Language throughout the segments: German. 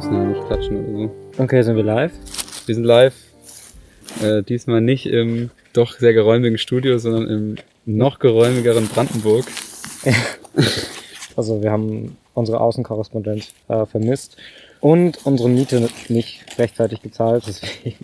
klatschen oder so. Okay, sind wir live? Wir sind live. Äh, diesmal nicht im doch sehr geräumigen Studio, sondern im noch geräumigeren Brandenburg. Also wir haben unsere Außenkorrespondenz äh, vermisst und unsere Miete nicht rechtzeitig gezahlt. Deswegen.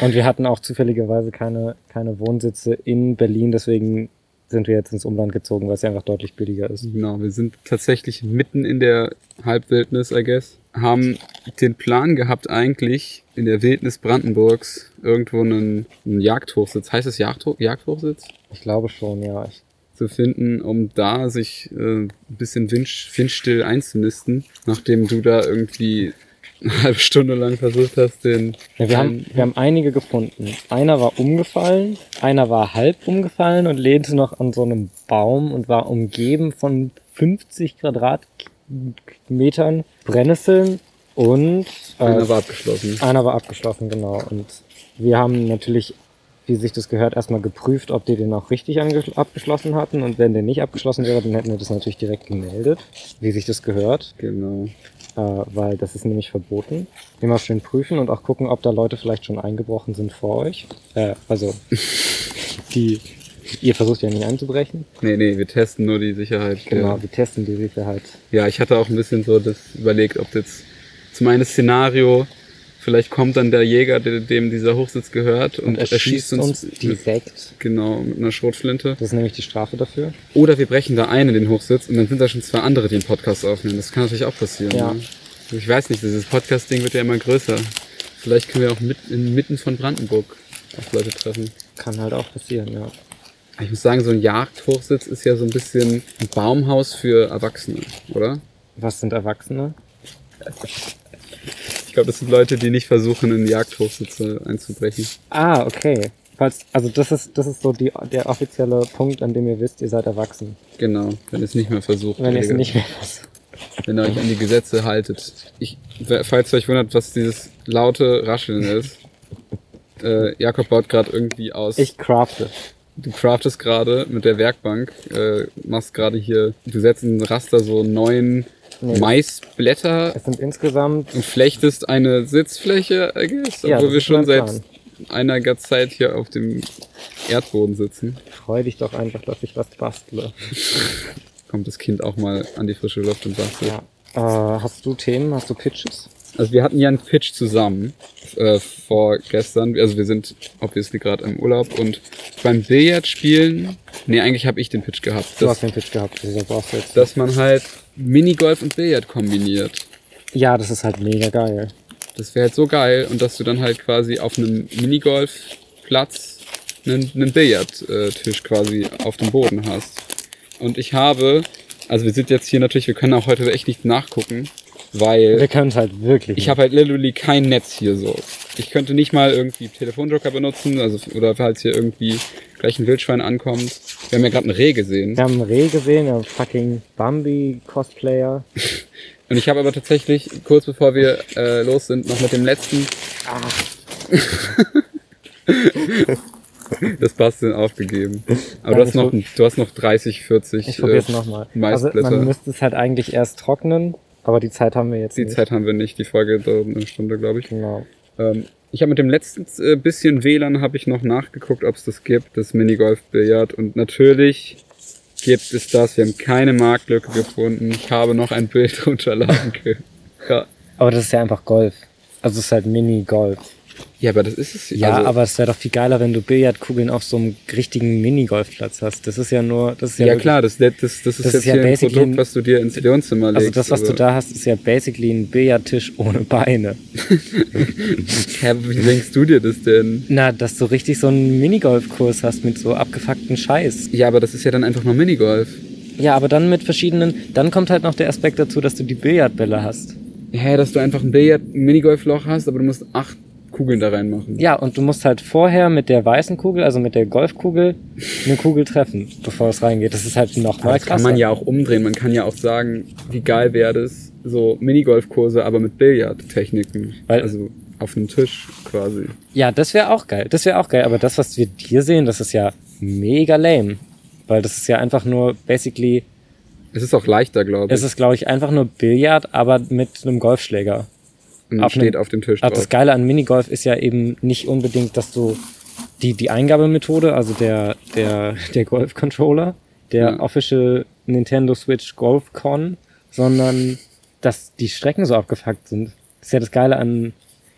Und wir hatten auch zufälligerweise keine, keine Wohnsitze in Berlin, deswegen sind wir jetzt ins Umland gezogen, weil es ja einfach deutlich billiger ist. Genau, wir sind tatsächlich mitten in der Halbwildnis, I guess. Haben den Plan gehabt, eigentlich in der Wildnis Brandenburgs irgendwo einen, einen Jagdhochsitz, heißt es Jagdho Jagdhochsitz? Ich glaube schon, ja. Ich, zu finden, um da sich äh, ein bisschen windsch- windstill einzunisten, nachdem du da irgendwie eine halbe Stunde lang versucht hast, den. ja wir, haben, wir haben einige gefunden. Einer war umgefallen, einer war halb umgefallen und lehnte noch an so einem Baum und war umgeben von 50 Quadratmetern Brennnesseln und äh, Einer war abgeschlossen. Einer war abgeschlossen, genau. Und wir haben natürlich, wie sich das gehört, erstmal geprüft, ob die den auch richtig ange- abgeschlossen hatten. Und wenn der nicht abgeschlossen wäre, dann hätten wir das natürlich direkt gemeldet, wie sich das gehört, Genau. äh, weil das ist nämlich verboten. Immer schön prüfen und auch gucken, ob da Leute vielleicht schon eingebrochen sind vor euch. Äh, also, die, ihr versucht ja nicht einzubrechen. Nee, nee, wir testen nur die Sicherheit. Genau, Ja. wir testen die halt. Sicherheit. ja, ich hatte auch ein bisschen so das überlegt, ob jetzt zum einen das Szenario, vielleicht kommt dann der Jäger, de- dem dieser Hochsitz gehört und, erschießt uns, direkt. genau mit einer Schrotflinte. Das ist nämlich die Strafe dafür. Oder wir brechen da einen in den Hochsitz und dann sind da schon zwei andere, die einen Podcast aufnehmen. Das kann natürlich auch passieren. Ja. Ne? Ich weiß nicht, dieses Podcast-Ding wird ja immer größer. Vielleicht können wir auch mit, inmitten von Brandenburg auf Leute treffen. Kann halt auch passieren, ja. Ich muss sagen, so ein Jagdhochsitz ist ja so ein bisschen ein Baumhaus für Erwachsene, oder? Was sind Erwachsene? Ich glaube, das sind Leute, die nicht versuchen, in Jagdhochsitze einzubrechen. Ah, okay. Falls, also das ist, das ist so die, der offizielle Punkt, an dem ihr wisst, ihr seid erwachsen. Genau, wenn ihr es nicht mehr versucht. Wenn ihr es Kollege. nicht mehr wisst. Wenn ihr euch an die Gesetze haltet. Ich, falls ihr euch wundert, was dieses laute Rascheln ist. Äh, Jakob baut gerade irgendwie aus. Ich crafte. Du craftest gerade mit der Werkbank, äh, machst gerade hier, du setzt in den Raster so neun Nee. Maisblätter Es sind insgesamt, und flechtest eine Sitzfläche, I guess, Ja, obwohl das wir ist schon mein seit Plan. einiger Zeit hier auf dem Erdboden sitzen. freu dich doch einfach, dass ich was bastle. Kommt das Kind auch mal an die frische Luft und sagt, Ja. Äh, hast du Themen? Hast du Pitches? Also wir hatten ja einen Pitch zusammen äh, vorgestern. Also wir sind obviously gerade im Urlaub und beim Billard spielen. Nee, eigentlich habe ich den Pitch gehabt. Du hast Dass, den Pitch gehabt, wieso brauchst du jetzt? dass man halt Minigolf und Billard kombiniert. ja, das ist halt mega geil. Das wäre halt so geil und dass du dann halt quasi auf einem Minigolfplatz einen, einen Billardtisch quasi auf dem Boden hast. Und ich habe, also wir sind jetzt hier natürlich, wir können auch heute echt nicht nachgucken, weil Wir können es halt wirklich. ich habe halt literally kein Netz hier so. Ich könnte nicht mal irgendwie Telefonjoker benutzen, also oder falls hier irgendwie gleich ein Wildschwein ankommt. Wir haben ja gerade einen Reh gesehen. wir haben einen Reh gesehen, wir haben fucking Bambi-Cosplayer. Und ich habe aber tatsächlich, kurz bevor wir äh, los sind, noch mit dem letzten. Ah, das Basteln aufgegeben. Aber Ja, du, hast ich noch, prob- du hast noch 30, 40. Ich probier's äh, nochmal. Also Maisblätter. man müsste es halt eigentlich erst trocknen, aber die Zeit haben wir jetzt die nicht. Zeit haben wir nicht. Die Folge dauert eine Stunde, glaube ich. Genau. Ähm, ich habe mit dem letzten äh, bisschen WLAN habe ich noch nachgeguckt, ob es das gibt, das Minigolf-Billard. Und natürlich gibt es das. Wir haben keine Marktlücke gefunden. Ich habe noch ein Bild runterladen können. Ja. Aber das ist ja einfach Golf. Also es ist halt Mini-Golf. ja, aber das ist es. Ja, also, aber es wäre doch viel geiler, wenn du Billardkugeln auf so einem richtigen Minigolfplatz hast. Das ist ja nur, das ist ja, Ja, wirklich- klar, das, das, das, das ist Das jetzt ist ja hier ein basically Produkt, ein- was du dir ins Wohnzimmer legst. Also das, was du da hast, ist ja basically ein Billardtisch ohne Beine. Hä, wie denkst du dir das denn? Na, dass du richtig so einen Minigolfkurs hast mit so abgefuckten Scheiß. Ja, aber das ist ja dann einfach nur Minigolf. Ja, aber dann mit verschiedenen, dann kommt halt noch der Aspekt dazu, dass du die Billardbälle hast. Hä, dass du einfach ein Billard, ein Minigolfloch hast, aber du musst acht Kugeln da reinmachen. Ja, und du musst halt vorher mit der weißen Kugel, also mit der Golfkugel, eine Kugel treffen, bevor es reingeht. Das ist halt Aber nochmal das krasser. kann man ja auch umdrehen. Man kann ja auch sagen, wie geil wäre das, so Minigolfkurse, aber mit Billardtechniken. Weil- also auf einem Tisch quasi. Ja, das wäre auch geil. Das wäre auch geil. Aber das, was wir hier sehen, das ist ja mega lame. Weil das ist ja einfach nur, basically, Es ist auch leichter, glaube ich. es ist, glaube ich, einfach nur Billard, aber mit einem Golfschläger. Und Auf steht einem- auf dem Tisch Aber Also das drauf. Geile an Minigolf ist ja eben nicht unbedingt, dass du die, die Eingabemethode, also der, der, der Golf-Controller, der Ja. official Nintendo Switch Golf-Con, sondern dass die Strecken so abgefuckt sind. Das ist ja das Geile an,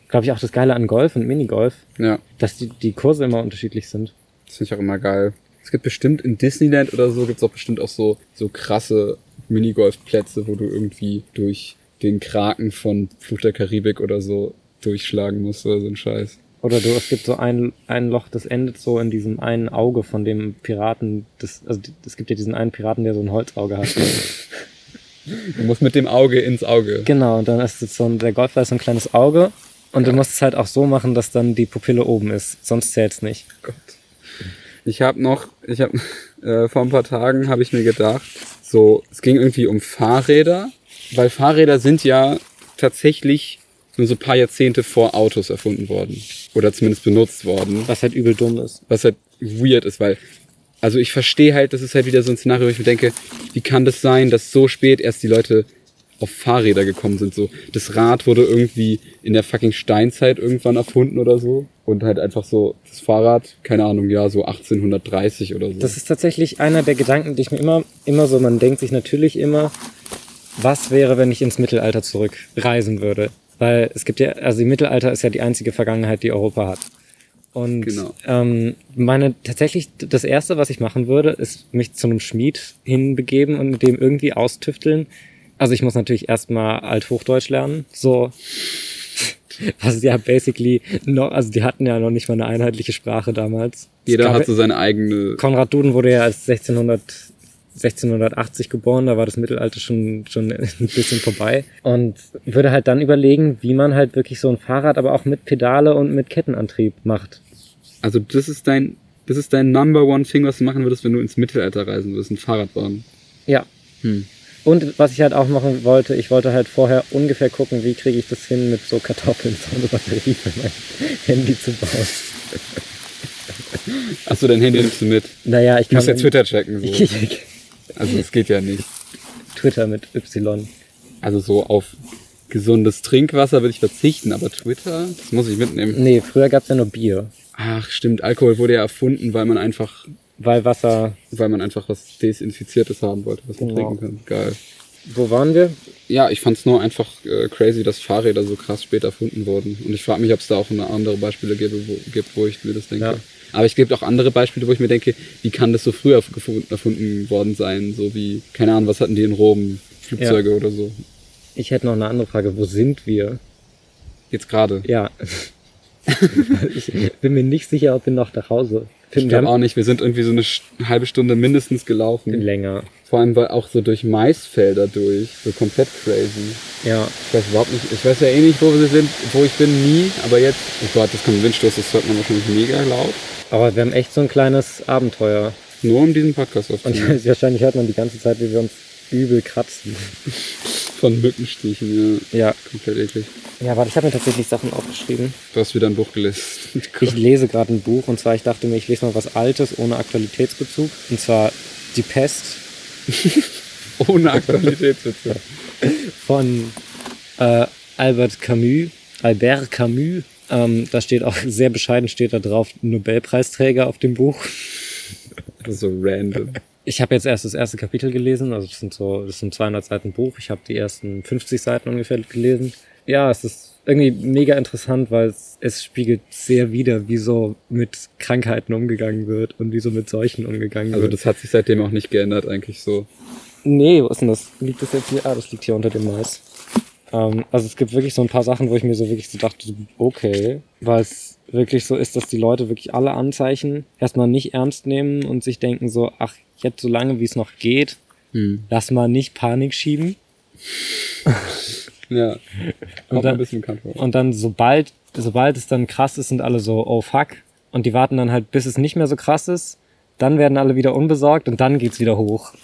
glaube ich, auch das Geile an Golf und Minigolf, Ja, dass die, die Kurse immer unterschiedlich sind. das finde ich auch immer geil. Es gibt bestimmt in Disneyland oder so, gibt's auch bestimmt auch so, so krasse Minigolfplätze, wo du irgendwie durch den Kraken von Fluch der Karibik oder so durchschlagen musst oder so ein Scheiß. Oder du, es gibt so ein, ein Loch, das endet so in diesem einen Auge von dem Piraten. Das, also die- es gibt ja diesen einen Piraten, der so ein Holzauge hat. Du musst mit dem Auge ins Auge. Genau, und dann ist jetzt so ein, der Golfer ist so ein kleines Auge und du musst es halt auch so machen, dass dann die Pupille oben ist, sonst zählt's nicht. Gott. Ich habe noch, ich habe äh, vor ein paar Tagen habe ich mir gedacht, so es ging irgendwie um Fahrräder, weil Fahrräder sind ja tatsächlich nur so ein paar Jahrzehnte vor Autos erfunden worden oder zumindest benutzt worden, Was halt übel dumm ist. was halt weird ist, weil also ich verstehe halt, das ist halt wieder so ein Szenario, wo ich mir denke, wie kann das sein, dass so spät erst die Leute auf Fahrräder gekommen sind so. Das Rad wurde irgendwie in der fucking Steinzeit irgendwann erfunden oder so und halt einfach so das Fahrrad, keine Ahnung, ja, so 1830 oder so. Das ist tatsächlich einer der Gedanken, die ich mir immer, immer so, man denkt sich natürlich immer, was wäre, wenn ich ins Mittelalter zurückreisen würde? Weil es gibt ja, also die Mittelalter ist ja die einzige Vergangenheit, die Europa hat. Und Genau. ähm, meine tatsächlich das erste, was ich machen würde, ist mich zu einem Schmied hinbegeben und mit dem irgendwie austüfteln. Also ich muss natürlich erstmal Althochdeutsch lernen, so was ja basically noch, also die hatten ja noch nicht mal eine einheitliche Sprache damals. Es Jeder gab hat so seine eigene Konrad Duden wurde ja als 1600, 1680 geboren, da war das Mittelalter schon, schon ein bisschen vorbei. Und würde halt dann überlegen, wie man halt wirklich so ein Fahrrad, aber auch mit Pedale und mit Kettenantrieb macht. Also das ist dein, das ist dein Number One Thing, was du machen würdest, wenn du ins Mittelalter reisen würdest, ein Fahrrad bauen. Ja. Hm. Und was ich halt auch machen wollte, ich wollte halt vorher ungefähr gucken, wie kriege ich das hin, mit so Kartoffeln so eine Batterie für mein Handy zu bauen. Achso, dein Handy nimmst du mit. Naja, ich Du kann... musst ja Twitter checken. Ich, So. ich, ich, Also das geht ja nicht. Twitter mit Y. Also so auf gesundes Trinkwasser würde ich verzichten, aber Twitter, das muss ich mitnehmen. Nee, früher gab's ja nur Bier, Ach stimmt, Alkohol wurde ja erfunden, weil man einfach, weil Wasser... weil man einfach was Desinfiziertes haben wollte, was man Genau. trinken kann. Geil. Wo waren wir? Ja, ich fand's nur einfach äh, crazy, dass Fahrräder so krass spät erfunden wurden. Und ich frage mich, ob es da auch eine andere Beispiele gäbe, wo, gibt, wo ich mir das denke. Ja. Aber es gibt auch andere Beispiele, wo ich mir denke, wie kann das so früh erf- gefunden- erfunden worden sein? So wie, keine Ahnung, was hatten die in Rom? Flugzeuge oder so. Ich hätte noch eine andere Frage. Wo sind wir? Jetzt gerade. Ja. ich bin mir nicht sicher, ob wir noch nach Hause Ich finden. Wir glaube auch haben nicht. Wir sind irgendwie so eine Sch- halbe Stunde mindestens gelaufen. länger. Vor allem weil auch so durch Maisfelder durch. So komplett crazy. Ja. Ich weiß überhaupt nicht. Ich weiß ja eh nicht, wo wir sind, wo ich bin, nie. Aber jetzt. Oh Gott, das kommt ein Windstoß, das hört man wahrscheinlich mega laut. Aber wir haben echt so ein kleines Abenteuer. Nur um diesen Podcast Und aufzunehmen. wahrscheinlich hört man die ganze Zeit, wie wir uns übel kratzen. Von Mückenstichen, ja. Ja. Komplett eklig. Ja, warte, ich habe mir tatsächlich Sachen aufgeschrieben. Du hast wieder ein Buch gelesen. Ich lese gerade ein Buch und zwar, ich dachte mir, ich lese mal was Altes ohne Aktualitätsbezug. Und zwar Die Pest Ohne Aktualitätswitze. von äh, Albert Camus, Albert Camus. Ähm, da steht auch sehr bescheiden steht da drauf Nobelpreisträger auf dem Buch. Das ist so random. Ich habe jetzt erst das erste Kapitel gelesen, also das sind so das sind 200 Seiten Buch. Ich habe die ersten 50 Seiten ungefähr gelesen. Ja, es ist irgendwie mega interessant, weil es, es spiegelt sehr wider, wie so mit Krankheiten umgegangen wird und wie so mit Seuchen umgegangen Also wird. das hat sich seitdem auch nicht geändert eigentlich so. Nee, wo ist denn das? Liegt das jetzt hier? Ah, das liegt hier unter dem Mais. Ähm, also es gibt wirklich so ein paar Sachen, wo ich mir so wirklich so dachte, so, okay, weil es wirklich so ist, dass die Leute wirklich alle Anzeichen erstmal nicht ernst nehmen und sich denken so, ach, jetzt so lange wie es noch geht, Hm. lass mal nicht Panik schieben. Ja. Kommt dann- ein bisschen bekannt vor. Und dann sobald, sobald es dann krass ist, sind alle so, oh fuck. Und die warten dann halt, bis es nicht mehr so krass ist. Dann werden alle wieder unbesorgt und dann geht's wieder hoch.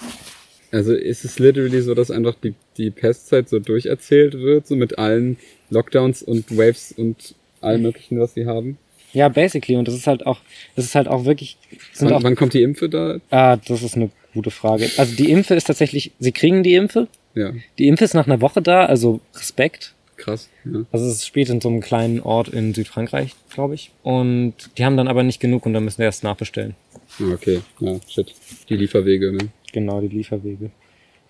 Also ist es literally so, dass einfach die, die Pestzeit so durcherzählt wird, so mit allen Lockdowns und Waves und allem möglichen, was sie haben. Ja, basically. Und das ist halt auch, das ist halt auch wirklich, sind auch Wann, wann kommt die Impfe da? Ah, das ist eine gute Frage. Also die Impfe ist tatsächlich, sie kriegen die Impfe. Ja. Die Impfe ist nach einer Woche da, also Respekt. Krass. Ja. Also es spielt in so einem kleinen Ort in Südfrankreich, glaube ich. Und die haben dann aber nicht genug und dann müssen wir erst nachbestellen. Ah, Okay, ja, shit. Die Lieferwege, ne? Genau, die Lieferwege.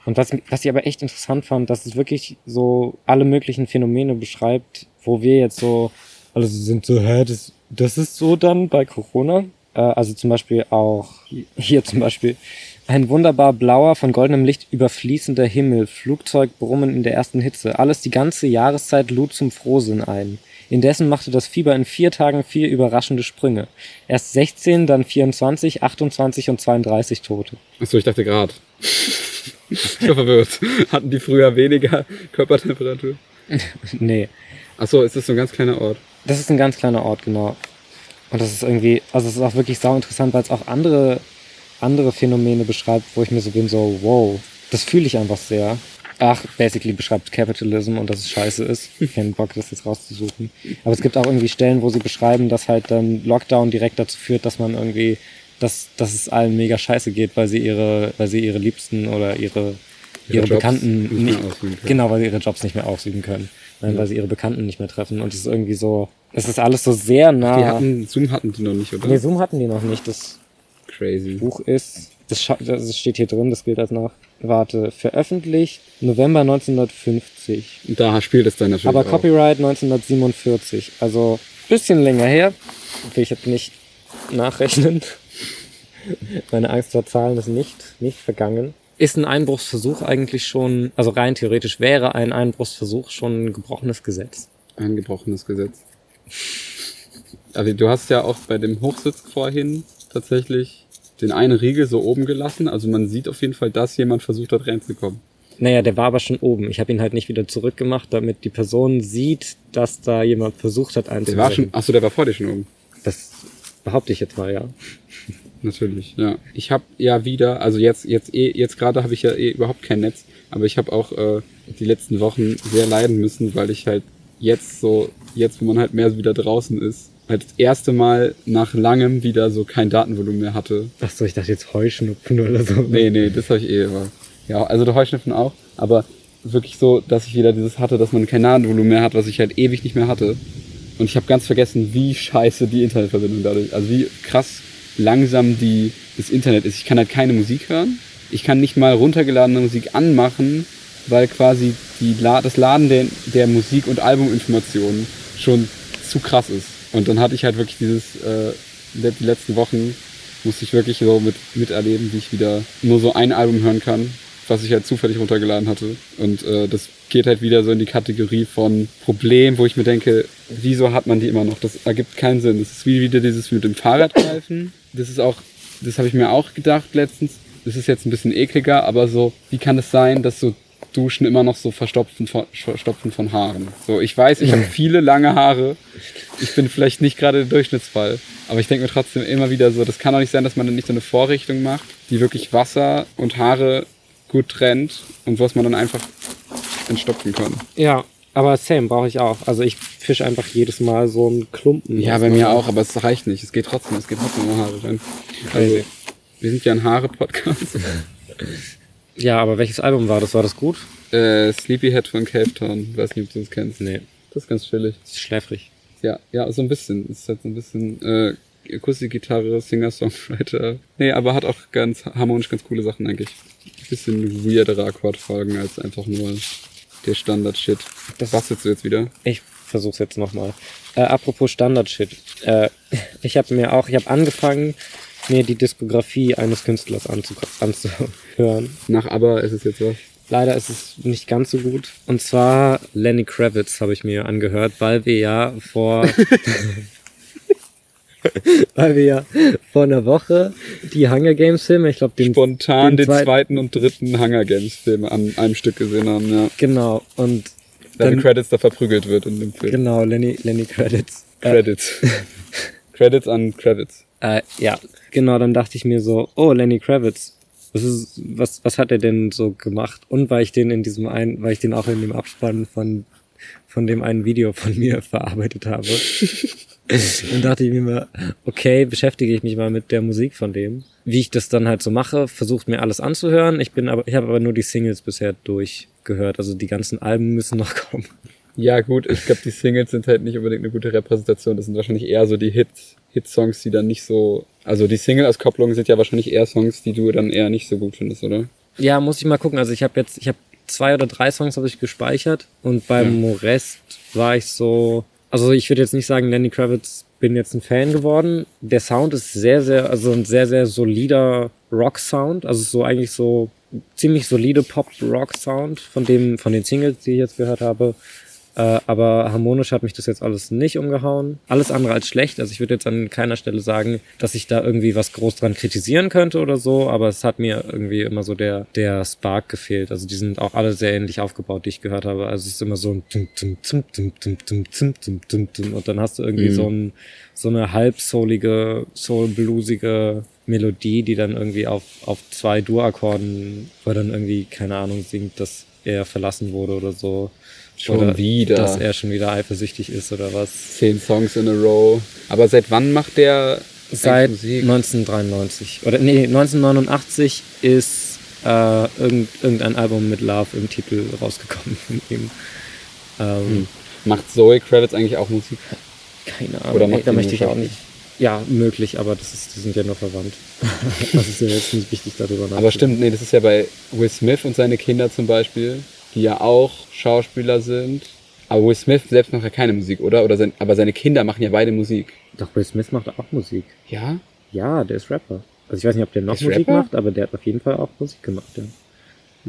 Und was, was ich aber echt interessant fand, dass es wirklich so alle möglichen Phänomene beschreibt, wo wir jetzt so alle so sind so, hä, das, das ist so dann bei Corona. Äh, also zum Beispiel auch hier zum Beispiel ein wunderbar blauer, von goldenem Licht überfließender Himmel, Flugzeug brummen in der ersten Hitze, alles die ganze Jahreszeit lud zum Frohsinn ein. Indessen machte das Fieber in vier Tagen vier überraschende Sprünge. Erst 16, dann 24, 28 und 32 Tote. Achso, ich dachte gerade. ich war verwirrt. Hatten die früher weniger Körpertemperatur? Nee. Achso, es ist so ein ganz kleiner Ort. Das ist ein ganz kleiner Ort, genau. Und das ist irgendwie, also es ist auch wirklich sau interessant, weil es auch andere, andere Phänomene beschreibt, wo ich mir so bin, so, wow, das fühle ich einfach sehr. Ach, basically beschreibt Capitalism und dass es scheiße ist. Keinen Bock, das jetzt rauszusuchen. Aber es gibt auch irgendwie Stellen, wo sie beschreiben, dass halt dann Lockdown direkt dazu führt, dass man irgendwie, dass, dass es allen mega scheiße geht, weil sie ihre, weil sie ihre Liebsten oder ihre, ihre, Jobs Bekannten nicht nicht, mehr ausüben können. Genau, weil sie ihre Jobs nicht mehr ausüben können. Nein, Weil sie ihre Bekannten nicht mehr treffen. Und es ist irgendwie so, es ist alles so sehr nah. Die hatten, Zoom hatten die noch nicht, oder? Ah. nee, Zoom hatten die noch nicht. Das Crazy. Buch ist, das, scha- das steht hier drin, das gilt als nach, warte, veröffentlicht November 1950. Und da spielt es dann natürlich Aber auch. Copyright 1947. Also, bisschen länger her. Will ich jetzt nicht nachrechnen. Meine Angst vor Zahlen ist nicht, nicht vergangen. Ist ein Einbruchsversuch eigentlich schon, also rein theoretisch wäre ein Einbruchsversuch schon ein gebrochenes Gesetz? Ein gebrochenes Gesetz. Also du hast ja auch bei dem Hochsitz vorhin tatsächlich den einen Riegel so oben gelassen. Also man sieht auf jeden Fall, dass jemand versucht hat reinzukommen. Naja, der war aber schon oben. Ich habe ihn halt nicht wieder zurückgemacht, damit die Person sieht, dass da jemand versucht hat Der einzubrechen. war schon, achso, der war vor dir schon oben. Das behaupte ich jetzt mal, ja. Natürlich, ja. Ich habe ja wieder, also jetzt jetzt eh jetzt gerade habe ich ja eh überhaupt kein Netz, aber ich habe auch äh, die letzten Wochen sehr leiden müssen, weil ich halt jetzt so jetzt wo man halt mehr wieder draußen ist, halt das erste Mal nach langem wieder so kein Datenvolumen mehr hatte. Ach so, ich dachte jetzt Heuschnupfen oder so. Nee, nee, das habe ich eh immer. Ja, also der Heuschnupfen auch, aber wirklich so, dass ich wieder dieses hatte, dass man kein Nadenvolumen mehr hat, was ich halt ewig nicht mehr hatte. Und ich habe ganz vergessen, wie scheiße die Internetverbindung dadurch, also wie krass langsam die, das Internet ist. Ich kann halt keine Musik hören. Ich kann nicht mal runtergeladene Musik anmachen, weil quasi die, La- das Laden der, der Musik- und Albuminformationen schon zu krass ist. Und dann hatte ich halt wirklich dieses, äh, die letzten Wochen musste ich wirklich so mit, miterleben, wie ich wieder nur so ein Album hören kann, was ich halt zufällig runtergeladen hatte. Und äh, das geht halt wieder so in die Kategorie von Problem, wo ich mir denke, wieso hat man die immer noch? Das ergibt keinen Sinn. Das ist wie wieder dieses mit dem Fahrradreifen. Das ist auch, das habe ich mir auch gedacht letztens. Das ist jetzt ein bisschen ekliger, aber so, wie kann es sein, dass so Duschen immer noch so verstopfen von, verstopfen von Haaren. So, ich weiß, ich habe viele lange Haare. Ich bin vielleicht nicht gerade der Durchschnittsfall. Aber ich denke mir trotzdem immer wieder so, das kann doch nicht sein, dass man dann nicht so eine Vorrichtung macht, die wirklich Wasser und Haare gut trennt und was man dann einfach entstopfen kann. Ja, aber Sam brauche ich auch. Also ich fische einfach jedes Mal so einen Klumpen. Ja, aus bei meinem- mir auch, aber es reicht nicht. Es geht trotzdem, es geht trotzdem um Haare rein. Also, Crazy. wir sind ja ein Haare-Podcast. Ja, aber welches Album war das? War das gut? äh, Sleepyhead von Cape Town. Weiß nicht, ob du das kennst. Nee, Das ist ganz chillig. das ist schläfrig. Ja, ja, so ein bisschen. Ist halt so ein bisschen äh, Akustikgitarre, Singer-Songwriter. Nee, aber hat auch ganz harmonisch ganz coole Sachen eigentlich. Bisschen weirdere Akkordfolgen als einfach nur der Standard-Shit. Das- Bastelst du jetzt wieder? Ich versuch's jetzt nochmal. Äh, apropos Standard-Shit. Äh, ich habe mir auch, ich habe angefangen, mir die Diskografie eines Künstlers anzuko- anzuhören. Nach aber ist es jetzt was? Leider ist es nicht ganz so gut. Und zwar Lenny Kravitz habe ich mir angehört, weil wir ja vor. weil wir ja vor einer Woche die Hunger Games Filme, ich glaube, den Spontan den, den zweit- zweiten und dritten Hunger Games-Film an einem Stück gesehen haben, ja. Genau, und Da dann, die Credits da verprügelt wird in dem Film. genau, Lenny, Lenny Credits. Äh, Credits. Credits an Credits. äh, ja, genau, dann dachte ich mir so, oh, Lenny Kravitz, was ist, was, was hat er denn so gemacht? Und weil ich den in diesem einen, weil ich den auch in dem Abspann von, von dem einen Video von mir verarbeitet habe. dann dachte ich mir mal, okay, beschäftige ich mich mal mit der Musik von dem. Wie ich das dann halt so mache, versucht mir alles anzuhören. Ich bin aber, ich habe aber nur die Singles bisher durchgehört. Also die ganzen Alben müssen noch kommen. Ja, gut, ich glaube, die Singles sind halt nicht unbedingt eine gute Repräsentation. Das sind wahrscheinlich eher so die Hits, Hitsongs, die dann nicht so. Also die Single-Auskopplungen sind ja wahrscheinlich eher Songs, die du dann eher nicht so gut findest, oder? Ja, muss ich mal gucken. Also ich habe jetzt, ich habe zwei oder drei Songs habe ich gespeichert und beim Rest war ich so, also ich würde jetzt nicht sagen, Lenny Kravitz bin jetzt ein Fan geworden. Der Sound ist sehr, sehr, also ein sehr, sehr solider Rock-Sound. Also so eigentlich so ziemlich solide Pop-Rock-Sound von dem, von den Singles, die ich jetzt gehört habe. Äh, aber harmonisch hat mich das jetzt alles nicht umgehauen. Alles andere als schlecht. Also ich würde jetzt an keiner Stelle sagen, dass ich da irgendwie was groß dran kritisieren könnte oder so. Aber es hat mir irgendwie immer so der, der Spark gefehlt. Also die sind auch alle sehr ähnlich aufgebaut, die ich gehört habe. Also es ist immer so ein zum, zum, zum, zum, zum, zum, zum, zum, zum, zum. Und dann hast du irgendwie Mhm. so ein, so eine halbsoulige, soul-bluesige Melodie, die dann irgendwie auf, auf zwei Dur-Akkorden, wo er dann irgendwie, keine Ahnung, singt, dass er verlassen wurde oder so. Schon oder wieder. Dass er schon wieder eifersüchtig ist oder was. Zehn Songs in a row. Aber seit wann macht der eigentlich Seit Musik? 1993. Oder nee, 1989 ist äh, irgend, irgendein Album mit Love im Titel rausgekommen von ihm. Ähm, Macht Zoe Kravitz eigentlich auch Musik? Keine Ahnung. Oder Oder macht da die möchte ich auch Mutter? nicht. Ja, möglich, aber das ist, die sind ja nur verwandt. das ist ja jetzt nicht wichtig darüber nachzudenken. Aber stimmt, nee, das ist ja bei Will Smith und seine Kinder zum Beispiel, die ja auch Schauspieler sind. Aber Will Smith selbst macht ja keine Musik, oder? oder sein, aber seine Kinder machen ja beide Musik. Doch, Will Smith macht auch Musik. Ja? Ja, der ist Rapper. Also ich weiß nicht, ob der noch Ist Musik Rapper? macht, aber der hat auf jeden Fall auch Musik gemacht. Ja. Der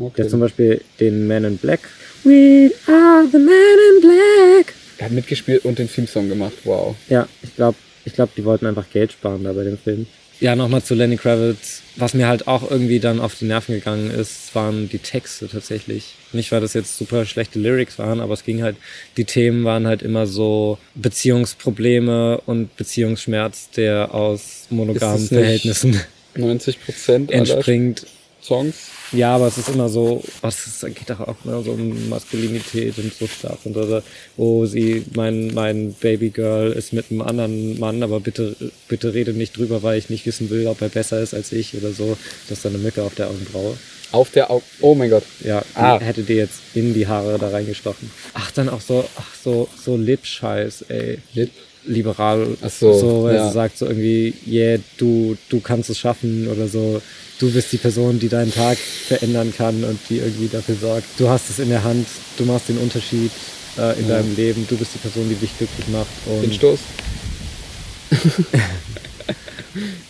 Okay. hat zum Beispiel den Man in Black. We are the Man in Black. Er hat mitgespielt und den Theme-Song gemacht, wow. Ja, ich glaube, ich glaube, die wollten einfach Geld sparen da bei dem Film. Ja, nochmal zu Lenny Kravitz. Was mir halt auch irgendwie dann auf die Nerven gegangen ist, waren die Texte tatsächlich. Nicht, weil das jetzt super schlechte Lyrics waren, aber es ging halt, die Themen waren halt immer so Beziehungsprobleme und Beziehungsschmerz, der aus Ist monogamen es nicht- Verhältnissen 90% aller entspringt. Songs. Ja, aber es ist immer so, oh, es ist- geht doch auch immer so um Maskulinität und so Stuff und so, oh, sie, mein, mein Babygirl ist mit einem anderen Mann, aber bitte, bitte rede nicht drüber, weil ich nicht wissen will, ob er besser ist als ich oder so. Das ist dann eine Mücke auf der Augenbraue. Auf der Au Oh mein Gott. Ja, die Ah. hätte dir jetzt in die Haare da reingestochen. Ach, dann auch so, ach, so, so Lip-Scheiß, ey Lip. liberal Ach so, weil ja. sie sagt so irgendwie, yeah, du, du kannst es schaffen oder so. Du bist die Person, die deinen Tag verändern kann und die irgendwie dafür sorgt. Du hast es in der Hand, du machst den Unterschied äh, in deinem Leben, du bist die Person, die dich glücklich macht. Den Und, Stoß.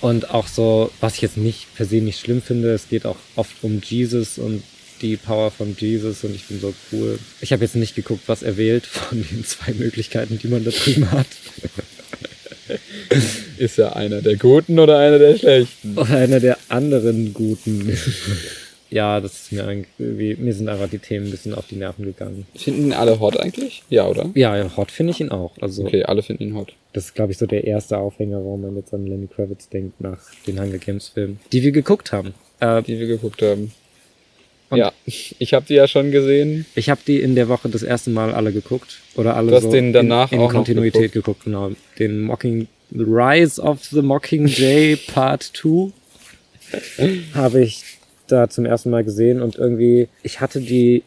und auch so, was ich jetzt nicht per se nicht schlimm finde, es geht auch oft um Jesus und die Power von Jesus und ich bin so cool. Ich habe jetzt nicht geguckt, was er wählt von den zwei Möglichkeiten, die man da drüben hat. Ist ja einer der Guten oder einer der Schlechten. Oder einer der anderen guten. ja, das ist mir irgendwie, mir sind einfach die Themen ein bisschen auf die Nerven gegangen. Finden ihn alle hot eigentlich? Ja, oder? Ja, ja, hot finde ich ihn auch. Also, Okay, alle finden ihn hot. das ist, glaube ich, so der erste Aufhänger, warum man jetzt an Lenny Kravitz denkt nach den Hunger Games Filmen, die wir geguckt haben. Äh, Die wir geguckt haben. Und- ja, ich habe die ja schon gesehen. ich habe die in der Woche das erste Mal alle geguckt. Oder alle Du hast so den danach in, in auch noch Kontinuität geguckt. genau. Den Mocking, The Rise of the Mockingjay Part 2 habe ich da zum ersten Mal gesehen und irgendwie, ich hatte die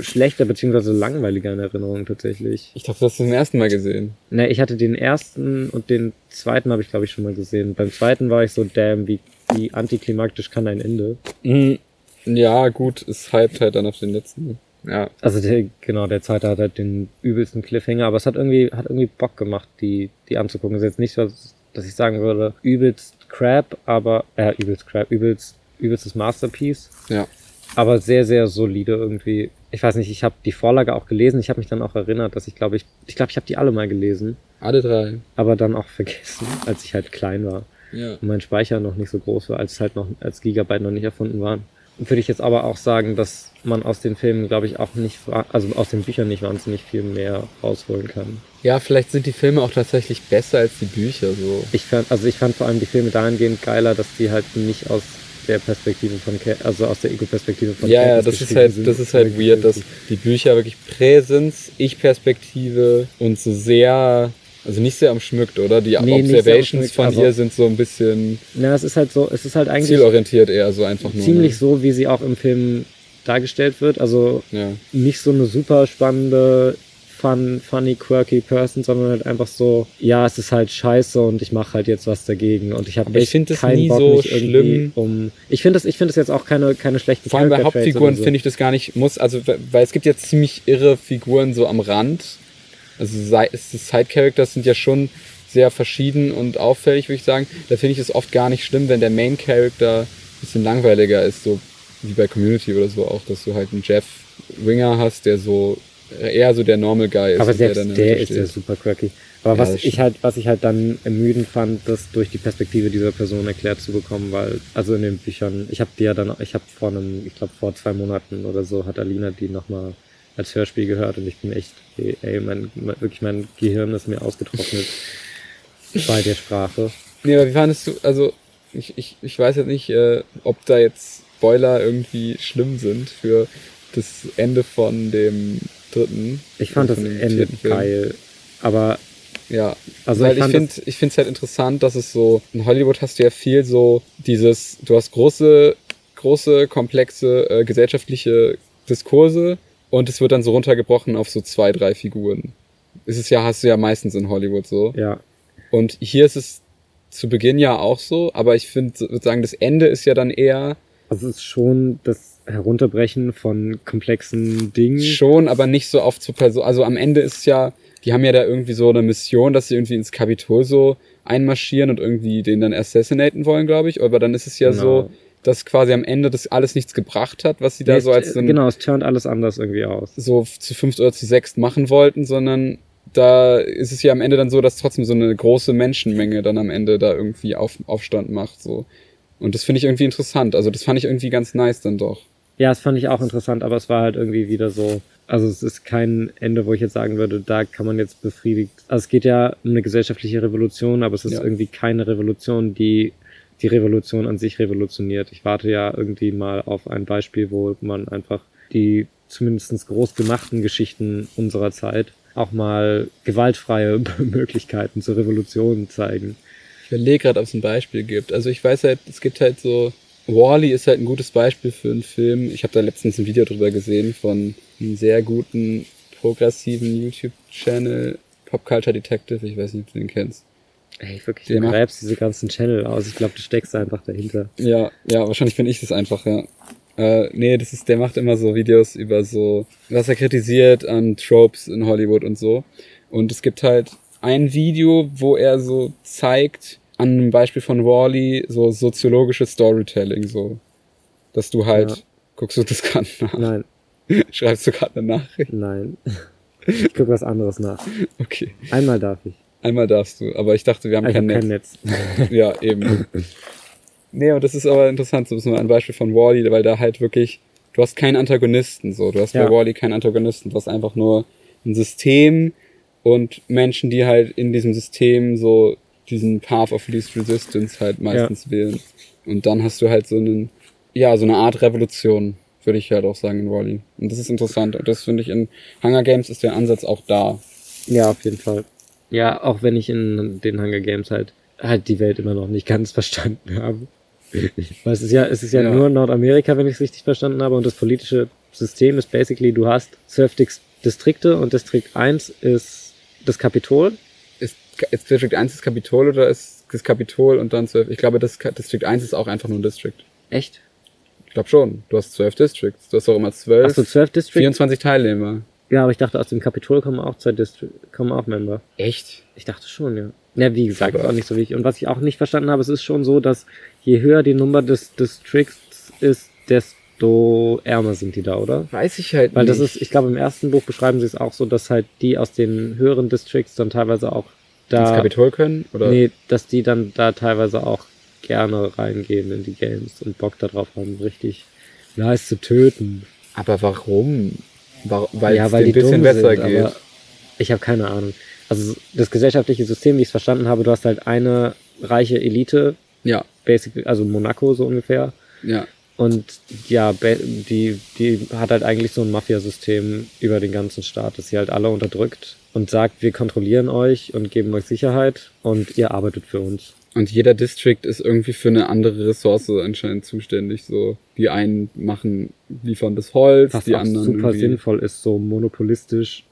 schlechter beziehungsweise langweiliger in Erinnerung tatsächlich. Ich dachte, das hast du zum ersten Mal gesehen. Ne, ich hatte den ersten und den zweiten habe ich glaube ich schon mal gesehen. Beim zweiten war ich so, damn, wie, wie antiklimaktisch kann ein Ende. Mhm. Ja, gut, es hypt halt dann auf den letzten. Ja. Also der, genau, der zweite hat halt den übelsten Cliffhanger, aber es hat irgendwie, hat irgendwie Bock gemacht, die, die anzugucken. Es ist jetzt nicht so, dass ich sagen würde, übelst crap, aber, äh, übelst crap, übelst, übelstes Masterpiece, Ja. aber sehr, sehr solide irgendwie. Ich weiß nicht, ich habe die Vorlage auch gelesen, ich habe mich dann auch erinnert, dass ich glaube, ich, ich glaube, ich habe die alle mal gelesen, Alle drei. aber dann auch vergessen, als ich halt klein war Ja. und mein Speicher noch nicht so groß war, als es halt noch als Gigabyte noch nicht erfunden waren. Würde ich jetzt aber auch sagen, dass man aus den Filmen, glaube ich, auch nicht, wa- also aus den Büchern nicht wahnsinnig viel mehr rausholen kann. Ja, vielleicht sind die Filme auch tatsächlich besser als die Bücher so. Ich fand, also ich fand vor allem die Filme dahingehend geiler, dass die halt nicht aus der Perspektive von, Ca- also aus der Ego-Perspektive von Ja, ja, Katniss das ist geschrieben halt, sind. das ist halt weird, dass die Bücher wirklich Präsenz, Ich-Perspektive und so sehr, also nicht sehr umschmückt, oder? Die Nee, nicht sehr Observations umschmückt, von aber- ihr sind so ein bisschen Na, es ist halt so, es ist halt eigentlich zielorientiert eher, so einfach nur. ziemlich ne? so, wie sie auch im Film dargestellt wird. Also Ja. nicht so eine super spannende fun, funny, quirky person, sondern halt einfach so, ja, es ist halt scheiße und ich mache halt jetzt was dagegen. Und ich habe Aber ich echt find das keinen nie Bock, so mich irgendwie schlimm. um. Ich finde das, ich finde das jetzt auch keine, keine schlechten Vor allem bei Character Traits Hauptfiguren oder so. finde ich das gar nicht muss, also we- weil es gibt ja ziemlich irre Figuren so am Rand. Also Sei- es- die Side-Characters sind ja schon sehr verschieden und auffällig, würde ich sagen. Da finde ich es oft gar nicht schlimm, wenn der Main-Character ein bisschen langweiliger ist, so wie bei Community oder so auch, dass du halt einen Jeff Winger hast, der so eher so der Normal Guy ist. Aber und der selbst dann in der, Mitte ist ja steht. super quirky. Aber Ja, was das ich halt, was ich halt dann ermüdend fand, das durch die Perspektive dieser Person erklärt zu bekommen, weil, also in den Büchern, ich habe die ja dann, ich habe vor einem, ich glaube vor zwei Monaten oder so, hat Alina die nochmal als Hörspiel gehört und ich bin echt, ey, mein, mein, wirklich mein Gehirn ist mir ausgetrocknet bei der Sprache. Nee, aber wie fandest du, also ich, ich, ich weiß jetzt nicht, äh, ob da jetzt Spoiler irgendwie schlimm sind für das Ende von dem dritten. Ich fand das von dem Ende vierten Film. geil, aber Ja, also Weil ich ich fand finde ich finde es halt interessant, dass es so in Hollywood hast du ja viel so dieses du hast große große komplexe äh, gesellschaftliche Diskurse und es wird dann so runtergebrochen auf so zwei, drei Figuren. Es ist ja hast du ja meistens in Hollywood so. das, ja, Und hier ist es zu Beginn ja auch so, aber ich finde würde sagen, das Ende ist ja dann eher also es ist schon das Herunterbrechen von komplexen Dingen. Schon, aber nicht so oft zu Person. Also am Ende ist ja, die haben ja da irgendwie so eine Mission, dass sie irgendwie ins Kapitol so einmarschieren und irgendwie den dann assassinaten wollen, glaube ich. Aber dann ist es ja Genau. so, dass quasi am Ende das alles nichts gebracht hat, was sie da Nee, so es- als so, ein- genau, es turnt alles anders irgendwie aus. so zu fünft oder zu sechst machen wollten, sondern da ist es ja am Ende dann so, dass trotzdem so eine große Menschenmenge dann am Ende da irgendwie auf, Aufstand macht. So. Und das finde ich irgendwie interessant. Also das fand ich irgendwie ganz nice dann doch. Ja, das fand ich auch interessant, aber es war halt irgendwie wieder so. Also es ist kein Ende, wo ich jetzt sagen würde, da kann man jetzt befriedigt. Also es geht ja um eine gesellschaftliche Revolution, aber es ist Ja. irgendwie keine Revolution, die die Revolution an sich revolutioniert. Ich warte ja irgendwie mal auf ein Beispiel, wo man einfach die zumindest groß gemachten Geschichten unserer Zeit auch mal gewaltfreie Möglichkeiten zur Revolution zeigen. Ich überlege gerade, ob es ein Beispiel gibt. Also ich weiß halt, es gibt halt so. Wally ist halt ein gutes Beispiel für einen Film. Ich habe da letztens ein Video drüber gesehen von einem sehr guten progressiven YouTube-Channel, Pop Culture Detective. Ich weiß nicht, ob du den kennst. Ey, wirklich, Der du macht- gräbst diese ganzen Channel aus. Ich glaube, du steckst einfach dahinter. Ja, ja, wahrscheinlich bin ich das einfach, ja. Äh, nee, das ist, der macht immer so Videos über so, was er kritisiert an Tropes in Hollywood und so. Und es gibt halt ein Video, wo er so zeigt, an einem Beispiel von Wally, so soziologisches Storytelling, so. Dass du halt, Ja. guckst du das gerade nach, Nein, schreibst du gerade eine Nachricht. Nein. Ich gucke was anderes nach. Okay. Einmal darf ich. Einmal darfst du, aber ich dachte, wir haben Ah, Ich kein habe Netz. kein Netz. Ja, eben. Nee, und das ist aber interessant, so ist mal ein Beispiel von Wally, weil da halt wirklich, du hast keinen Antagonisten so, du hast Ja. bei Wally keinen Antagonisten, du hast einfach nur ein System und Menschen, die halt in diesem System so diesen Path of Least Resistance halt meistens wählen. Und dann hast du halt so einen, ja, so eine Art Revolution, würde ich halt auch sagen in Wally. Und das ist interessant und das finde ich in Hunger Games ist der Ansatz auch da. Ja, auf jeden Fall. Ja, auch wenn ich in den Hunger Games halt, halt die Welt immer noch nicht ganz verstanden habe. Weil es ist ja, es ist ja, Ja. nur Nordamerika, wenn ich es richtig verstanden habe. Und das politische System ist basically, du hast zwölf Dix- Distrikte und Distrikt 1 ist das Kapitol. Ist, ist District 1 das Kapitol oder ist das Kapitol und dann 12? Ich glaube, das Ka- District 1 ist auch einfach nur ein District. Echt? Ich glaube schon. Du hast 12 Districts. Du hast auch immer 12, Achso, zwölf Districts. 24 Teilnehmer. Ja, aber ich dachte, aus dem Kapitol kommen auch zwei Distri kommen auch Member. Echt? Ich dachte schon, ja. Ja, wie gesagt, Super. ist auch nicht so wichtig. Und was ich auch nicht verstanden habe, es ist schon so, dass je höher die Nummer des Districts ist, desto ärmer sind die da, oder? Weiß ich halt Weil nicht. das ist, ich glaube, im ersten Buch beschreiben sie es auch so, dass halt die aus den höheren Districts dann teilweise auch ins da. Kapitol können? Oder? Nee, dass die dann da teilweise auch gerne reingehen in die Games und Bock darauf haben, richtig nice zu töten. Aber warum? War- Weil ja, es weil dir die ein bisschen dumm besser sind, geht. Aber ich habe keine Ahnung. Also das gesellschaftliche System, wie ich es verstanden habe, du hast halt eine reiche Elite, Ja, basically, also Monaco so ungefähr. ja. Und ja, be- die, die hat halt eigentlich so ein Mafiasystem über den ganzen Staat, das sie halt alle unterdrückt und sagt, wir kontrollieren euch und geben euch Sicherheit und ihr arbeitet für uns. Und jeder District ist irgendwie für eine andere Ressource anscheinend zuständig. So, die einen machen, liefern das Holz, Was die auch anderen super irgendwie- sinnvoll ist, so monopolistisch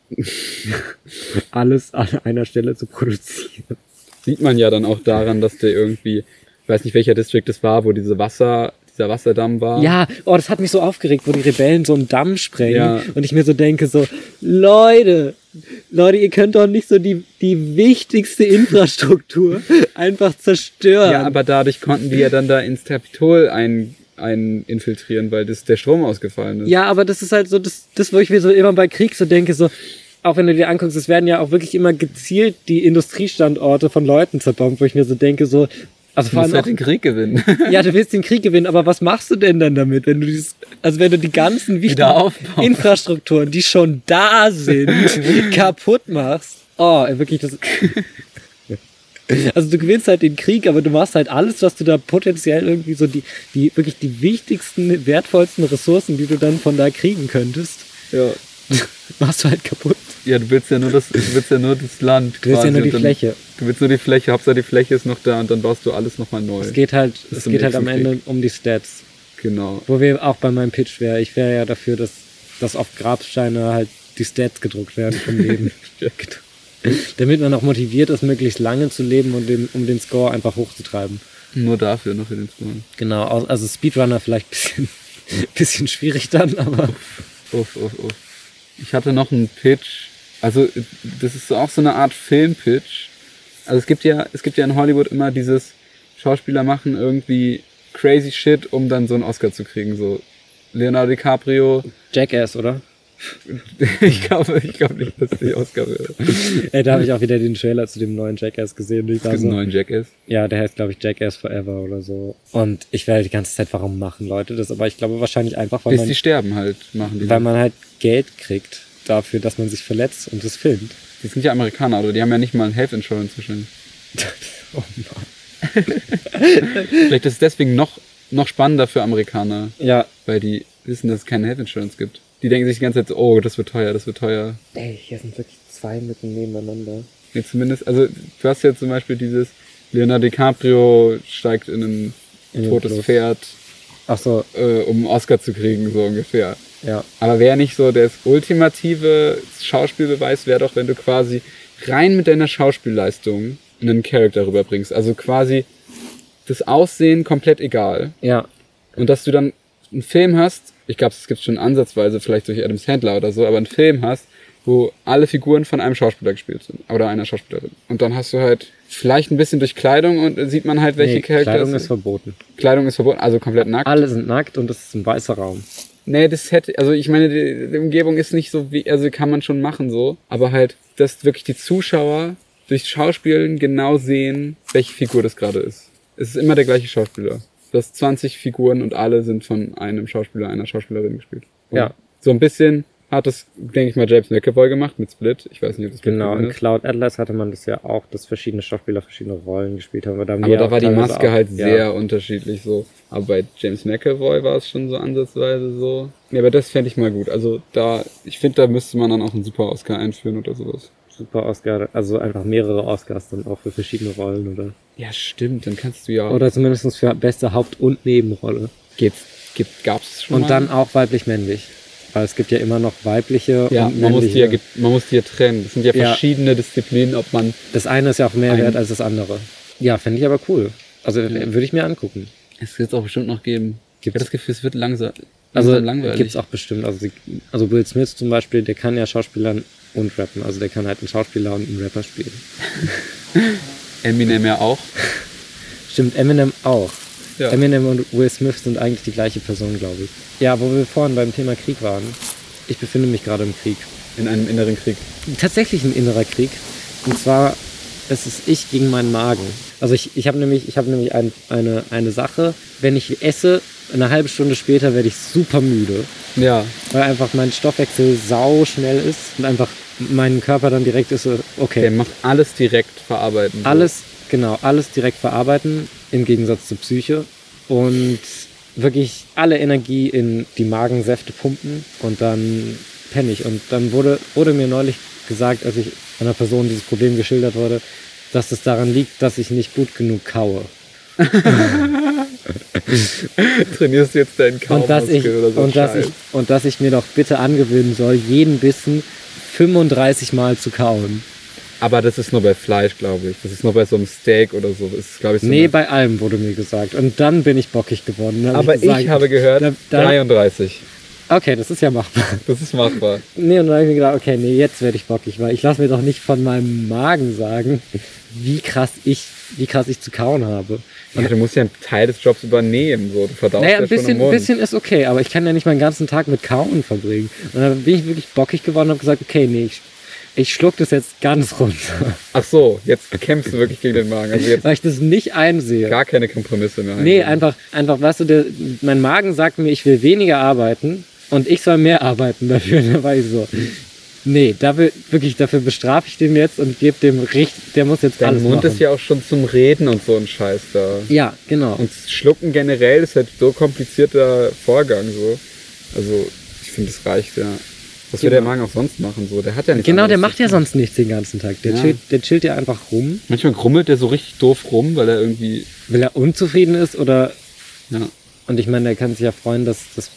alles an einer Stelle zu produzieren. Sieht man ja dann auch daran, dass der irgendwie, ich weiß nicht welcher District es war, wo diese Wasser, dieser Wasserdamm war. Ja, oh, das hat mich so aufgeregt, wo die Rebellen so einen Damm sprengen Ja. und ich mir so denke, so, Leute, Leute, ihr könnt doch nicht so die, die wichtigste Infrastruktur einfach zerstören. Ja, aber dadurch konnten die ja dann da ins Kapitol ein, ein infiltrieren, weil das, der Strom ausgefallen ist. Ja, aber das ist halt so, das, das, wo ich mir so immer bei Krieg so denke, so, auch wenn du dir anguckst, es werden ja auch wirklich immer gezielt die Industriestandorte von Leuten zerbombt, wo ich mir so denke, so, also Du vor musst allem halt auch, den Krieg gewinnen. ja, du willst den Krieg gewinnen, aber was machst du denn dann damit, wenn du dieses, also wenn du die ganzen wichtigen aufbauen. Infrastrukturen, die schon da sind, kaputt machst? Oh, ey, wirklich, das, also du gewinnst halt den Krieg, aber du machst halt alles, was du da potenziell irgendwie so die, die wirklich die wichtigsten, wertvollsten Ressourcen, die du dann von da kriegen könntest, ja. machst du halt kaputt. ja, du willst ja nur das, du willst ja nur das Land. Du willst ja nur und die dann, Fläche. Du willst nur die Fläche, Hauptsache die Fläche ist noch da und dann baust du alles nochmal neu. Es geht halt, Bis es zum geht halt am nächsten Ende um die Stats. Genau. Wo wir auch bei meinem Pitch wäre, ich wäre ja dafür, dass, dass auf Grabsteine halt die Stats gedruckt werden vom Leben. Damit man auch motiviert ist, möglichst lange zu leben und den, um den Score einfach hochzutreiben. Nur dafür, nur für den Spawn. Genau, au- also Speedrunner vielleicht ein bisschen, bisschen schwierig dann, aber Uff, uff, uff. Ich hatte noch einen Pitch. Also, das ist so auch so eine Art Filmpitch. Also, es gibt ja, es gibt ja in Hollywood immer dieses Schauspieler machen irgendwie crazy shit, um dann so einen Oscar zu kriegen. So Leonardo DiCaprio. Jackass, oder? Ich glaube, ich glaube nicht, dass die Oscar wäre. Ey, da habe ich auch wieder den Trailer zu dem neuen Jackass gesehen. und Ich Es war gibt einen so, neuen Jackass. ja, der heißt, glaube ich, Jackass Forever oder so. Und ich werde die ganze Zeit, warum machen Leute das? Aber ich glaube wahrscheinlich einfach, weil Bis man die sterben halt, machen die. weil man halt Geld kriegt dafür, dass man sich verletzt und das filmt. Die sind ja Amerikaner, oder? Die haben ja nicht mal einen Health Insurance wahrscheinlich. Oh Mann. Vielleicht ist es deswegen noch, noch spannender für Amerikaner, Ja, weil die wissen, dass es keine Health Insurance gibt. Die denken sich die ganze Zeit so, oh, das wird teuer, das wird teuer. ey, hier sind wirklich zwei mitten nebeneinander. Nee, zumindest, also du hast ja zum Beispiel dieses Leonardo DiCaprio steigt in ein In den totes Fluss. Pferd, Ach so, äh, um einen Oscar zu kriegen, so ungefähr. ja. Aber wäre nicht so das ultimative Schauspielbeweis, wäre doch, wenn du quasi rein mit deiner Schauspielleistung einen Charakter rüberbringst. Also quasi das Aussehen komplett egal. Ja, Und dass du dann einen Film hast, ich glaube, es gibt schon ansatzweise, vielleicht durch Adam Sandler oder so, aber einen Film hast, wo alle Figuren von einem Schauspieler gespielt sind oder einer Schauspielerin. Und dann hast du halt vielleicht ein bisschen durch Kleidung und äh, sieht man halt, welche nee, Charakter. Kleidung es ist verboten. Kleidung ist verboten, also komplett nackt. Alle sind nackt und es ist ein weißer Raum. Nee, das hätte, also ich meine, die, die Umgebung ist nicht so wie, also kann man schon machen so, aber halt, dass wirklich die Zuschauer durch Schauspielen genau sehen, welche Figur das gerade ist. Es ist immer der gleiche Schauspieler. Das sind 20 Figuren und alle sind von einem Schauspieler, einer Schauspielerin gespielt. Und Ja. So ein bisschen hat das, denke ich mal, James McAvoy gemacht mit Split. Ich weiß nicht, ob das Split Genau, gewesen in ist. Cloud Atlas hatte man das ja auch, dass verschiedene Schauspieler verschiedene Rollen gespielt haben. Aber da, haben Aber auch da war die teilweise Maske auch- halt ja. sehr unterschiedlich so. Aber bei James McAvoy war es schon so ansatzweise so. Ja, aber das fände ich mal gut. Also da, ich finde, da müsste man dann auch einen Super Oscar einführen oder sowas. Super Oscar, also einfach mehrere Oscars dann auch für verschiedene Rollen, oder? Ja, stimmt. Dann kannst du ja. Oder zumindest für beste Haupt- und Nebenrolle. geht's, gibt, gab's schon Und mal? dann auch weiblich-männlich. Weil es gibt ja immer noch weibliche Ja, und man muss, die ja, männliche. ge- man muss die ja trennen. Das sind ja Ja. verschiedene Disziplinen, ob man. das eine ist ja auch mehr Ein- wert als das andere. Ja, fände ich aber cool. Also w- würde ich mir angucken. Es wird es auch bestimmt noch geben. Ich habe Gibt's- das Gefühl, es wird langsam, langsam Also langweilig. gibt's auch bestimmt. Also, sie- also Will Smith zum Beispiel, der kann ja Schauspielern und rappen. Also der kann halt einen Schauspieler und einen Rapper spielen. Eminem ja auch. Stimmt, Eminem auch. Ja. Eminem und Will Smith sind eigentlich die gleiche Person, glaube ich. Ja, wo wir vorhin beim Thema Krieg waren. Ich befinde mich gerade im Krieg. In einem inneren Krieg. tatsächlich ein innerer Krieg. Und zwar, es ist ich gegen meinen Magen. Also ich, ich habe nämlich, ich hab nämlich ein, eine, eine Sache, wenn ich esse, eine halbe Stunde später werde ich super müde, Ja. weil einfach mein Stoffwechsel sau schnell ist und einfach mein Körper dann direkt ist, so, Der okay, macht alles direkt verarbeiten. so. alles, genau, alles direkt verarbeiten, im Gegensatz zur Psyche. Und wirklich alle Energie in die Magensäfte pumpen und dann penne ich. Und dann wurde, wurde mir neulich gesagt, als ich einer Person dieses Problem geschildert wurde, dass es daran liegt, dass ich nicht gut genug kaue. trainierst du jetzt deinen Kaum und dass ich, oder so. und dass Scheiß. ich und dass ich mir doch bitte angewöhnen soll, jeden Bissen 35 Mal zu kauen. Aber das ist nur bei Fleisch, glaube ich. Das ist nur bei so einem Steak oder so. Das ist, glaube ich, so Nee, eine- bei allem wurde mir gesagt. Und dann bin ich bockig geworden. Dann hab aber ich, gesagt, habe gehört, da- da- 33. Okay, das ist ja machbar. Das ist machbar. Nee, und dann habe ich mir gedacht, okay, nee, jetzt werde ich bockig, weil ich lasse mir doch nicht von meinem Magen sagen, wie krass ich, wie krass ich zu kauen habe. Ja, du musst ja einen Teil des Jobs übernehmen. So. Du verdaust ja Naja, ein schon im bisschen, ein Mund. bisschen ist okay, aber ich kann ja nicht meinen ganzen Tag mit Kauen verbringen. Und dann bin ich wirklich bockig geworden und habe gesagt, okay, nee, ich, ich schluck das jetzt ganz runter, Ach so, jetzt kämpfst du wirklich gegen den Magen. Also jetzt weil ich das nicht einsehe. gar keine Kompromisse mehr. Nee, eingehen. einfach, einfach, weißt du, der, mein Magen sagt mir, ich will weniger arbeiten und ich soll mehr arbeiten dafür. Da war ich so, nee, dafür, wirklich, dafür bestrafe ich den jetzt und gebe dem richtig, der muss jetzt Dein alles Mund machen. ist ja auch schon zum Reden und so ein Scheiß da. ja, genau. Und Schlucken generell ist halt so komplizierter Vorgang. so. Also ich finde, es reicht ja. Was will der Genau. Magen auch sonst machen? So? Der hat ja nicht genau, der anderes macht ja sonst nichts den ganzen Tag. Der, Ja. chillt, der chillt ja einfach rum, Manchmal grummelt der so richtig doof rum, weil er irgendwie. weil er unzufrieden ist oder, Ja. und ich meine, der kann sich ja freuen, dass, dass,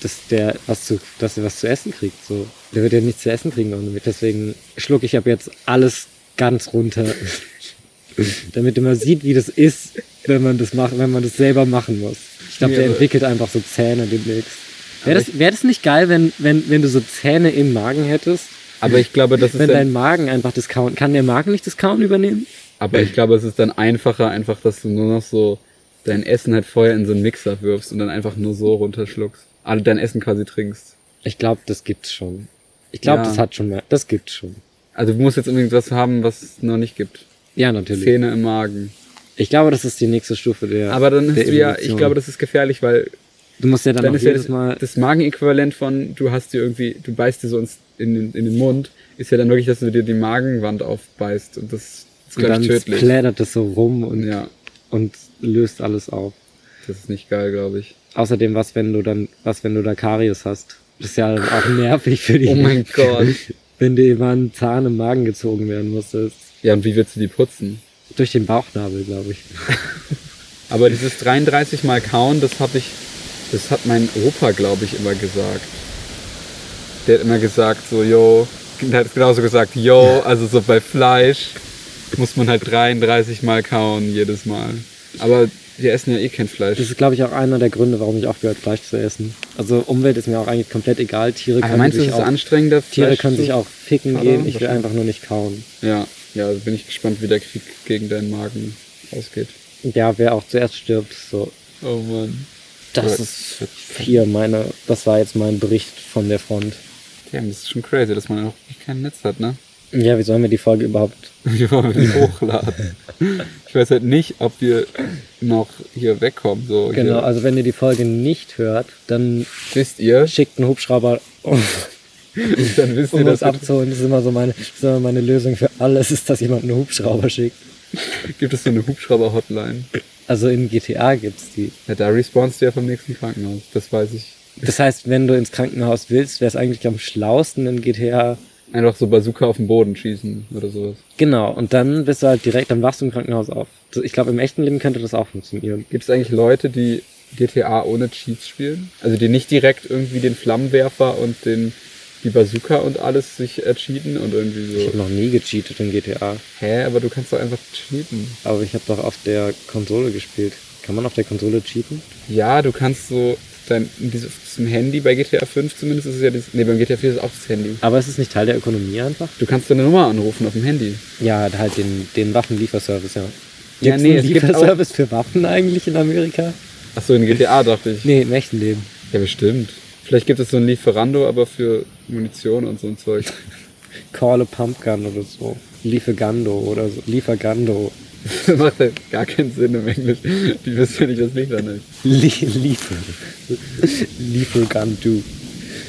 dass der was zu, dass er was zu essen kriegt, so. Der wird ja nichts zu essen kriegen ohne mich. Deswegen schluck ich ab jetzt alles ganz runter. damit er mal sieht, wie das ist, wenn man das macht, wenn man das selber machen muss. Ich glaube, Ja, der aber- entwickelt einfach so Zähne demnächst. Wäre Aber das, wär das nicht geil, wenn, wenn, wenn du so Zähne im Magen hättest? Aber ich glaube, das ist Wenn dann- dein Magen einfach das Kauen, kann der Magen nicht das Kauen übernehmen? Aber ich glaube, es ist dann einfacher, einfach, dass du nur noch so dein Essen halt vorher in so einen Mixer wirfst und dann einfach nur so runterschluckst. Also dein Essen quasi trinkst. Ich glaube, das gibt's schon. Ich glaube, Ja. das hat schon mehr. Das gibt's schon. Also du musst jetzt unbedingt was haben, was es noch nicht gibt. Ja, natürlich. Zähne im Magen. Ich glaube, das ist die nächste Stufe der. Aber dann der hast du ja, ich Evolution. glaube, das ist gefährlich, weil du musst ja dann, dann auch ist ja jedes das, Mal. das Magenäquivalent von, du hast dir irgendwie, du beißt dir so ins, in, den, in den Mund, ist ja dann wirklich, dass du dir die Magenwand aufbeißt und das ist, und glaube dann ich, tödlich. splattert das so rum und, Ja, und löst alles auf. das ist nicht geil, glaube ich. Außerdem, was wenn du dann, was wenn du da Karies hast? Das ist ja dann auch nervig für die. Oh mein Gott. Wenn dir immer ein Zahn im Magen gezogen werden musstest. Ja, und wie willst du die putzen? Durch den Bauchnabel, glaube ich. Aber dieses 33 Mal kauen, das habe ich, das hat mein Opa, glaube ich, immer gesagt. Der hat immer gesagt, so, yo, der hat genauso gesagt, yo, also so bei Fleisch muss man halt 33 Mal kauen jedes Mal. Aber wir essen ja eh kein Fleisch. Das ist, glaube ich, auch einer der Gründe, warum ich aufgehört habe, Fleisch zu essen. Also Umwelt ist mir auch eigentlich komplett egal. Tiere Aber können meinst du, sich das ist auch, anstrengender? Tiere Fleisch können zu- sich auch ficken Vater, gehen. Ich will wahrscheinlich. einfach nur nicht kauen. Ja, ja, also bin ich gespannt, wie der Krieg gegen deinen Magen ausgeht. Ja, wer auch zuerst stirbt, so. Oh Mann. Das Ja. ist hier meine, das war jetzt mein Bericht von der Front. Damn, das ist schon crazy, dass man auch kein Netz hat, ne? Ja, wie sollen wir die Folge überhaupt? Wie wollen wir die hochladen? Ich weiß halt nicht, ob wir noch hier wegkommen. So Genau, hier. also wenn ihr die Folge nicht hört, dann wisst ihr, schickt einen Hubschrauber, um, dann wisst ihr, um dass uns wir, abzuholen. Das ist immer so meine, das ist immer meine Lösung für alles, ist, dass jemand einen Hubschrauber schickt. gibt es so eine Hubschrauber-Hotline. Also in GTA gibt's die. Ja, da respawnst du ja vom nächsten Krankenhaus, das weiß ich. Das heißt, wenn du ins Krankenhaus willst, wäre es eigentlich am schlausten in GTA. Einfach so Bazooka auf den Boden schießen oder sowas. Genau, und dann bist du halt direkt, dann wachst du im Krankenhaus auf. Ich glaube, im echten Leben könnte das auch funktionieren. Gibt es eigentlich Leute, die GTA ohne Cheats spielen? Also die nicht direkt irgendwie den Flammenwerfer und den die Bazooka und alles sich ercheaten und irgendwie Ich habe so. noch nie gecheatet in GTA, Hä, aber du kannst doch einfach cheaten. aber ich habe doch auf der Konsole gespielt. Kann man auf der Konsole cheaten? Ja, du kannst so dein in dieses- auf diesem Handy bei GTA 5 zumindest ist es ja dieses, nee, beim GTA 4 ist es auch das Handy. Aber ist es nicht Teil der Ökonomie einfach? Du kannst deine Nummer anrufen auf dem Handy. Ja, halt den, den Waffenlieferservice, ja. Ja, Gibt's nee, einen es gibt auch- Lieferservice für Waffen eigentlich in Amerika? Ach so, in GTA dachte ich. Nee, im echten Leben. Ja, bestimmt. Vielleicht gibt es so ein Lieferando, aber für Munition und so ein Zeug. Call a Pumpgun oder so. Liefergando oder so. Liefergando. Das macht halt gar keinen Sinn im Englisch. Die wissen ja nicht, was Lieferando ist. Lie Liefer. Liefergando.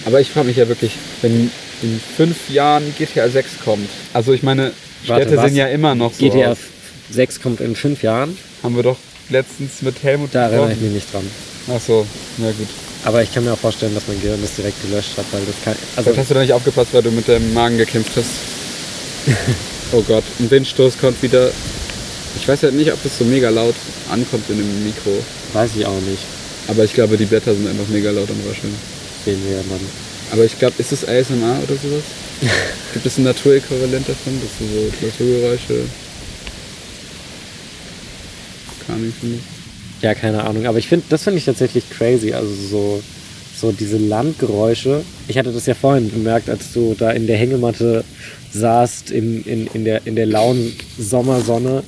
Aber ich frage mich ja wirklich, wenn in fünf Jahren GTA 6 kommt. Also ich meine, Warte, Städte was? sind ja immer noch so. GTA Aus. 6 kommt in fünf Jahren. Haben wir doch letztens mit Helmut Da erinnere ich gesprochen. mich nicht dran. Ach so, na gut. Aber ich kann mir auch vorstellen, dass mein Gehirn das direkt gelöscht hat, weil das kann. Also, Vielleicht hast du da nicht aufgepasst, weil du mit deinem Magen gekämpft hast. oh Gott, ein Windstoß kommt wieder. Ich weiß halt nicht, ob das so mega laut ankommt in dem Mikro. weiß ich auch nicht, Aber ich glaube, die Blätter sind einfach mega laut am Rascheln. wen wir dann. Aber ich glaube, ist das ASMR oder sowas? Gibt es ein Naturäquivalent davon? Das sind so Naturgeräusche. Keine Ahnung, finde ich. Ja, keine Ahnung. Aber ich finde, das finde ich tatsächlich crazy. Also so, so diese Landgeräusche. Ich hatte das ja vorhin gemerkt, als du da in der Hängematte saßt, in, in, in, der, in der lauen Sommersonne,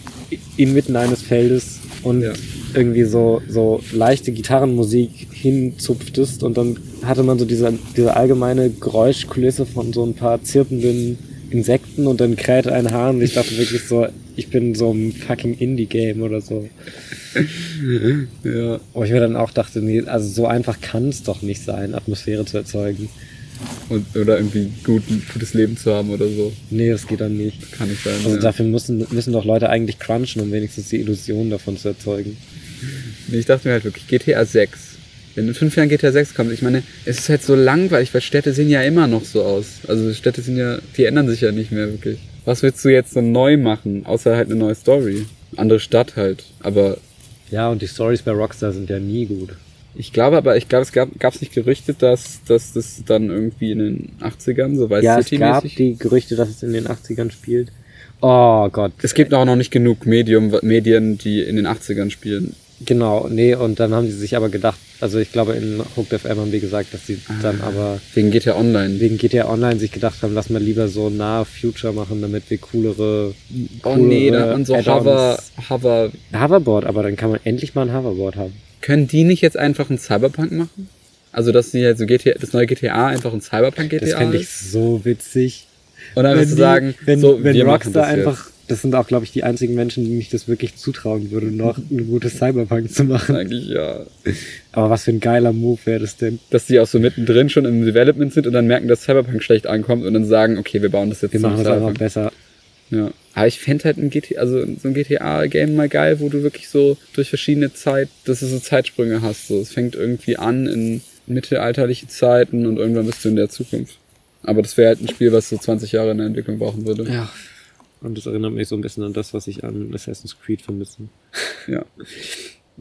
inmitten eines Feldes und Ja. irgendwie so, so leichte Gitarrenmusik hinzupftest. Und dann hatte man so diese, diese allgemeine Geräuschkulisse von so ein paar zirpenden Insekten und dann kräht ein Hahn. Und ich dachte wirklich so, ich bin so im fucking Indie-Game oder so. Ja. Aber ich mir dann auch dachte, nee, also so einfach kann es doch nicht sein, Atmosphäre zu erzeugen. Und, oder irgendwie gut, gutes Leben zu haben oder so. Nee, das geht dann nicht. Kann nicht sein. Also ja. dafür müssen, müssen doch Leute eigentlich crunchen, um wenigstens die Illusion davon zu erzeugen. Nee, ich dachte mir halt wirklich, GTA 6. Wenn in fünf Jahren GTA 6 kommt, ich meine, es ist halt so langweilig, weil Städte sehen ja immer noch so aus. Also Städte sind ja, die ändern sich ja nicht mehr wirklich. Was willst du jetzt so neu machen, außer halt eine neue Story? Andere Stadt halt. Aber Ja, und die Stories bei Rockstar sind ja nie gut. ich glaube aber, ich glaube, es gab gab's nicht Gerüchte, dass, dass das dann irgendwie in den 80ern, so Vice ja, es gab City-mäßig. die Gerüchte, dass es in den 80ern spielt. Oh Gott. Es gibt auch noch nicht genug Medium, Medien, die in den 80ern spielen. Genau, nee, und dann haben sie sich aber gedacht, also ich glaube in Hooked FM haben die gesagt, dass sie dann aber Wegen GTA Online. wegen GTA Online sich gedacht haben, lass mal lieber so nahe Future machen, damit wir coolere, Oh nee, da hat man so Add-ons. Hover, Hover. Hoverboard, aber dann kann man endlich mal ein Hoverboard haben. Können die nicht jetzt einfach einen Cyberpunk machen? Also, dass sie halt so GTA, das neue GTA einfach ein Das Cyberpunk-GTA fände ich ist? so witzig. Und einfach zu sagen, wenn, so, wenn wir machen Rockstar das einfach, das sind auch, glaube ich, die einzigen Menschen, die mich das wirklich zutrauen würden, noch ein gutes Cyberpunk zu jetzt. machen. Eigentlich, ja. Aber was für ein geiler Move wäre das denn? Dass die auch so mittendrin schon im Development sind und dann merken, dass Cyberpunk schlecht ankommt und dann sagen, okay, wir bauen das jetzt Wir machen zum das einfach Cyberpunk. besser. Ja. Aber ich fänd halt ein GTA, also so ein GTA-Game mal geil, wo du wirklich so durch verschiedene Zeit, dass du so Zeitsprünge hast. So. Es fängt irgendwie an in mittelalterliche Zeiten und irgendwann bist du in der Zukunft. Aber das wäre halt ein Spiel, was so 20 Jahre in der Entwicklung brauchen würde. Ja. Und das erinnert mich so ein bisschen an das, was ich an Assassin's Creed vermisse. Ja.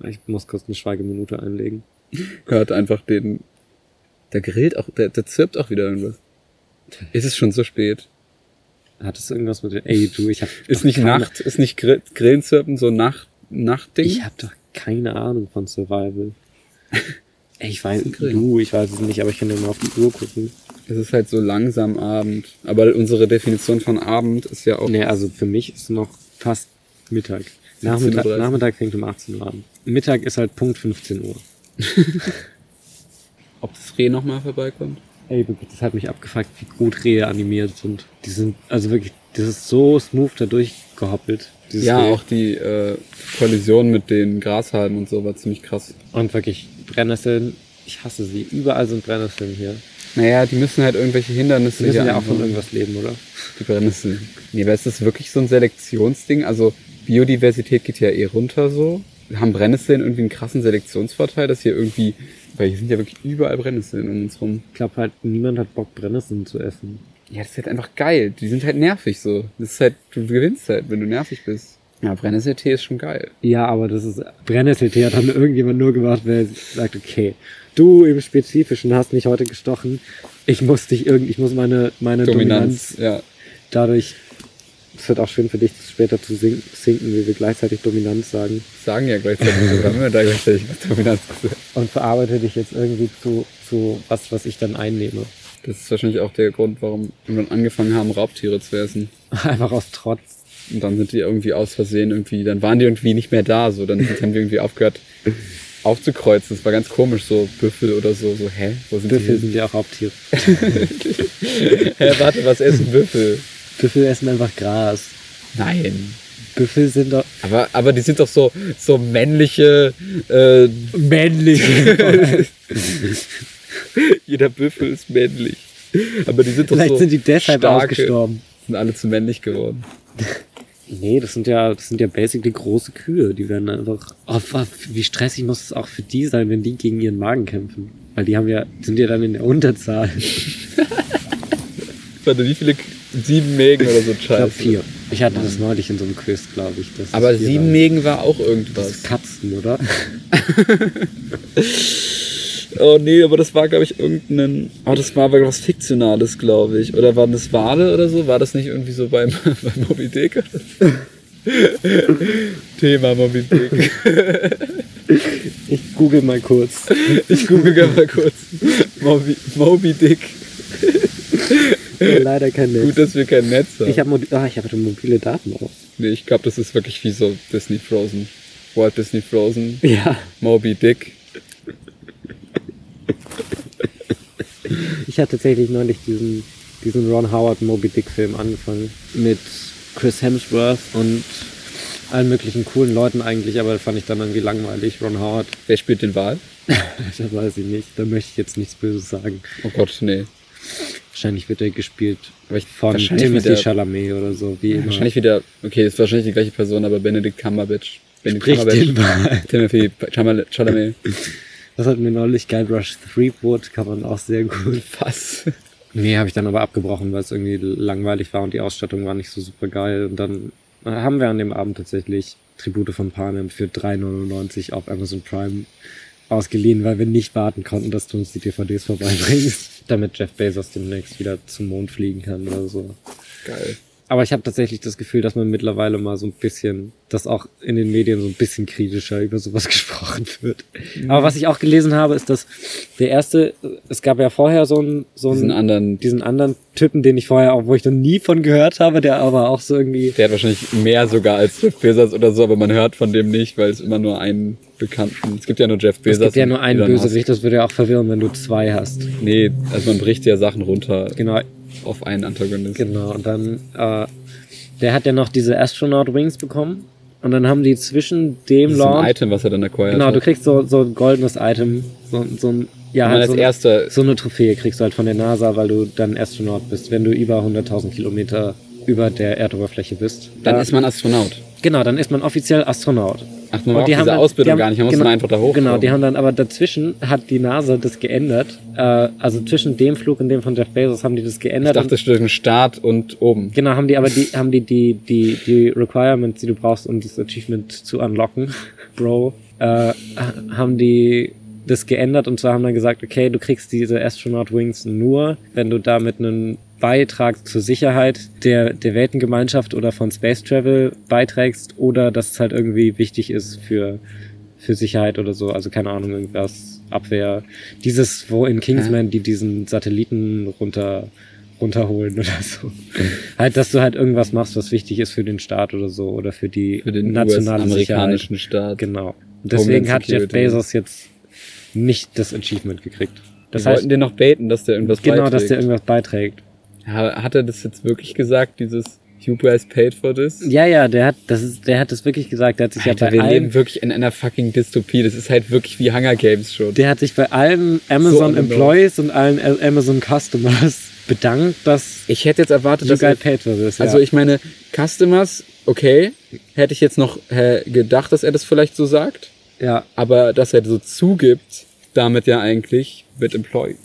Ich muss kurz eine Schweigeminute einlegen. Hört einfach den. Der grillt auch, der, der zirpt auch wieder irgendwas. Ist es schon so spät? Hat es irgendwas mit dem... Ey, du, ich hab... Ist nicht keine, Nacht, ist nicht Grill, Grillen zirpen, so Nacht, Nachtding? Ich hab doch keine Ahnung von Survival. Ey, ich weiß... Grill. Du, ich weiß es nicht, aber ich kann ja mal auf die Uhr gucken. Es ist halt so langsam Abend. Aber unsere Definition von Abend ist ja auch Nee, also für mich ist noch fast Mittag. 17:30. Nachmittag, Nachmittag fängt um 18 Uhr an. Mittag ist halt Punkt 15 Uhr. ob das Reh nochmal vorbeikommt. Ey, wirklich, das hat mich abgefuckt, wie gut Rehe animiert sind. Die sind, also wirklich, das ist so smooth da durchgehoppelt. dieses ja, Reh. auch die äh, Kollision mit den Grashalmen und so war ziemlich krass. Und wirklich, Brennnesseln, ich hasse sie. Überall sind Brennnesseln hier. Naja, die müssen halt irgendwelche Hindernisse Die müssen hier ja auch von einbauen. irgendwas leben, oder? Die Brennnesseln. Nee, aber ist das wirklich so ein Selektionsding? Also Biodiversität geht ja eh runter so. Haben Brennnesseln irgendwie einen krassen Selektionsvorteil, dass hier irgendwie, weil hier sind ja wirklich überall Brennnesseln um uns rum. Ich glaube halt, niemand hat Bock, Brennnesseln zu essen. Ja, das ist halt einfach geil. Die sind halt nervig so. Das ist halt, du gewinnst halt, wenn du nervig bist. Ja, Brennnesseltee ist schon geil. Ja, aber das ist Brennnesseltee hat dann irgendjemand nur gemacht, wer sagt, okay, du im Spezifischen hast mich heute gestochen. Ich muss dich irgendwie, ich muss meine, meine Dominanz, Dominanz. ja. dadurch, es wird auch schön für dich, das später zu sink- sinken, wie wir gleichzeitig Dominanz sagen. Sagen ja gleichzeitig, oder haben wir da gleichzeitig was Dominanz gesagt? Und verarbeite dich jetzt irgendwie zu, zu was, was ich dann einnehme. Das ist wahrscheinlich auch der Grund, warum wir angefangen haben, Raubtiere zu essen. Einfach aus Trotz. Und dann sind die irgendwie aus Versehen irgendwie, dann waren die irgendwie nicht mehr da, so. Dann sind- haben wir irgendwie aufgehört aufzukreuzen. Das war ganz komisch, so Büffel oder so, so, hä? Wo sind Büffel Büffel? sind ja auch Raubtiere. die? hin? Hä, warte, was essen Büffel? Büffel essen einfach Gras. Nein. Büffel sind doch Aber, aber die sind doch so, so männliche, äh, männlich. jeder Büffel ist männlich. Aber die sind doch Vielleicht so sind die deshalb starke- ausgestorben. Sind alle zu männlich geworden. Nee, das sind ja, das sind ja basically große Kühe. Die werden einfach. Oh, fuck, wie stressig muss es auch für die sein, wenn die gegen ihren Magen kämpfen. Weil die haben ja, sind ja dann in der Unterzahl. Ich Warte, wie viele? Sieben Mägen oder so, glaube scheiße. vier. Ich hatte das neulich in so einem Quiz, glaube ich. dass es Aber vier sieben waren. Mägen war auch Das ist irgendwas. Katzen, oder? Oh nee, aber das war, glaube ich, irgendein. Oh, das war aber was Fiktionales, glaube ich. Oder waren das Wale oder so? War das nicht irgendwie so beim, beim Moby Dick? Thema Moby Dick. Ich google mal kurz. Ich google gerade mal kurz. Moby, Moby Dick. Leider kein Netz. Gut, dass wir kein Netz haben. Ich habe ah, ich hab mobile Daten auch. nee, ich glaube, das ist wirklich wie so Disney Frozen. Walt Disney Frozen. Ja, Moby Dick. ich habe tatsächlich neulich diesen, diesen Ron Howard Moby Dick Film angefangen. Mit Chris Hemsworth und allen möglichen coolen Leuten eigentlich, aber fand ich dann irgendwie langweilig. Ron Howard, Wer spielt den Wal? das weiß ich nicht. Da möchte ich jetzt nichts Böses sagen. Oh Gott, nee. Wahrscheinlich wird er gespielt Aber ich- von wahrscheinlich Timothy wieder- Chalamet oder so, wie immer. Wahrscheinlich wieder, okay, ist wahrscheinlich die gleiche Person, aber Benedict Cumberbatch. Benedict Sprich den Wahl. Timothy Chamal- Chalamet. Das hat mir neulich Guy Rush Threepwood, kann man auch sehr gut. Was? Nee, habe ich dann aber abgebrochen, weil es irgendwie langweilig war und die Ausstattung war nicht so super geil. Und dann haben wir an dem Abend tatsächlich Tribute von Panem für 3,99 auf Amazon Prime ausgeliehen, weil wir nicht warten konnten, dass du uns die DVDs vorbeibringst, damit Jeff Bezos demnächst wieder zum Mond fliegen kann oder so. Geil. Aber ich habe tatsächlich das Gefühl, dass man mittlerweile mal so ein bisschen, dass auch in den Medien so ein bisschen kritischer über sowas gesprochen wird. Aber was ich auch gelesen habe, ist, dass der erste, es gab ja vorher so einen, so Diesen einen, anderen, diesen anderen Typen, den ich vorher auch, wo ich noch nie von gehört habe, der aber auch so irgendwie, der hat wahrscheinlich mehr sogar als Jeff Bezos oder so, aber man hört von dem nicht, weil es immer nur einen bekannten, es gibt ja nur Jeff Bezos. es gibt ja nur und einen Elon Musk. Bösewicht, das würde ja auch verwirren, wenn du zwei hast. Nee, also man bricht ja Sachen runter Genau, auf einen Antagonisten. Genau, und dann, äh, der hat ja noch diese Astronaut Wings bekommen. Und dann haben die zwischen dem Das ist ein Lord. Item, also was er dann acquired Genau, hat. du kriegst so, so ein goldenes Item, so, so ein, ja, Wenn man halt als so, erster so eine Trophäe kriegst du halt von der NASA, weil du dann Astronaut bist, wenn du über 100.000 Kilometer über der Erdoberfläche bist. Dann Da- ist man Astronaut. genau, dann ist man offiziell Astronaut. Ach, man braucht diese dann- Ausbildung die haben- gar nicht, man muss genau, dann einfach da hoch. Genau, die haben dann, aber dazwischen hat die NASA das geändert. Äh, also zwischen dem Flug und dem von Jeff Bezos haben die das ich geändert. und- dachte, zwischen Start und oben. Genau, haben die aber die, haben die, die, die, die Requirements, die du brauchst, um dieses Achievement zu unlocken, Bro, äh, haben die das geändert und zwar haben dann gesagt, okay, du kriegst diese Astronaut Wings nur, wenn du damit einen Beitrag zur Sicherheit der, der Weltengemeinschaft oder von Space Travel beiträgst oder dass es halt irgendwie wichtig ist für, für Sicherheit oder so, also keine Ahnung, irgendwas, Abwehr. Dieses, wo in Kingsman die diesen Satelliten runter runterholen oder so. Mhm. halt, dass du halt irgendwas machst, was wichtig ist für den Staat oder so oder für die Für den nationale Sicherheit. US-amerikanischen Staat. Genau. Und deswegen hat Jeff Security. Bezos jetzt nicht das Achievement gekriegt. Das die heißt, wollten den noch baiten, dass der irgendwas genau, dass der beiträgt. irgendwas beiträgt. Ha- Hat er das jetzt wirklich gesagt, dieses You guys paid for this? Ja, ja, der hat das ist, der hat das wirklich gesagt. Der hat sich Alter, ja bei wir allem, leben wirklich in einer fucking Dystopie. Das ist halt wirklich wie Hunger Games schon. der hat sich bei allen Amazon So Employees und allen A- Amazon Customers bedankt, dass Ich hätte jetzt erwartet, you dass guys er, paid for this. Ja. also ich meine, Customers, okay, hätte ich jetzt noch äh, gedacht, dass er das vielleicht so sagt, ja, aber dass er so zugibt, damit ja eigentlich mit Employee.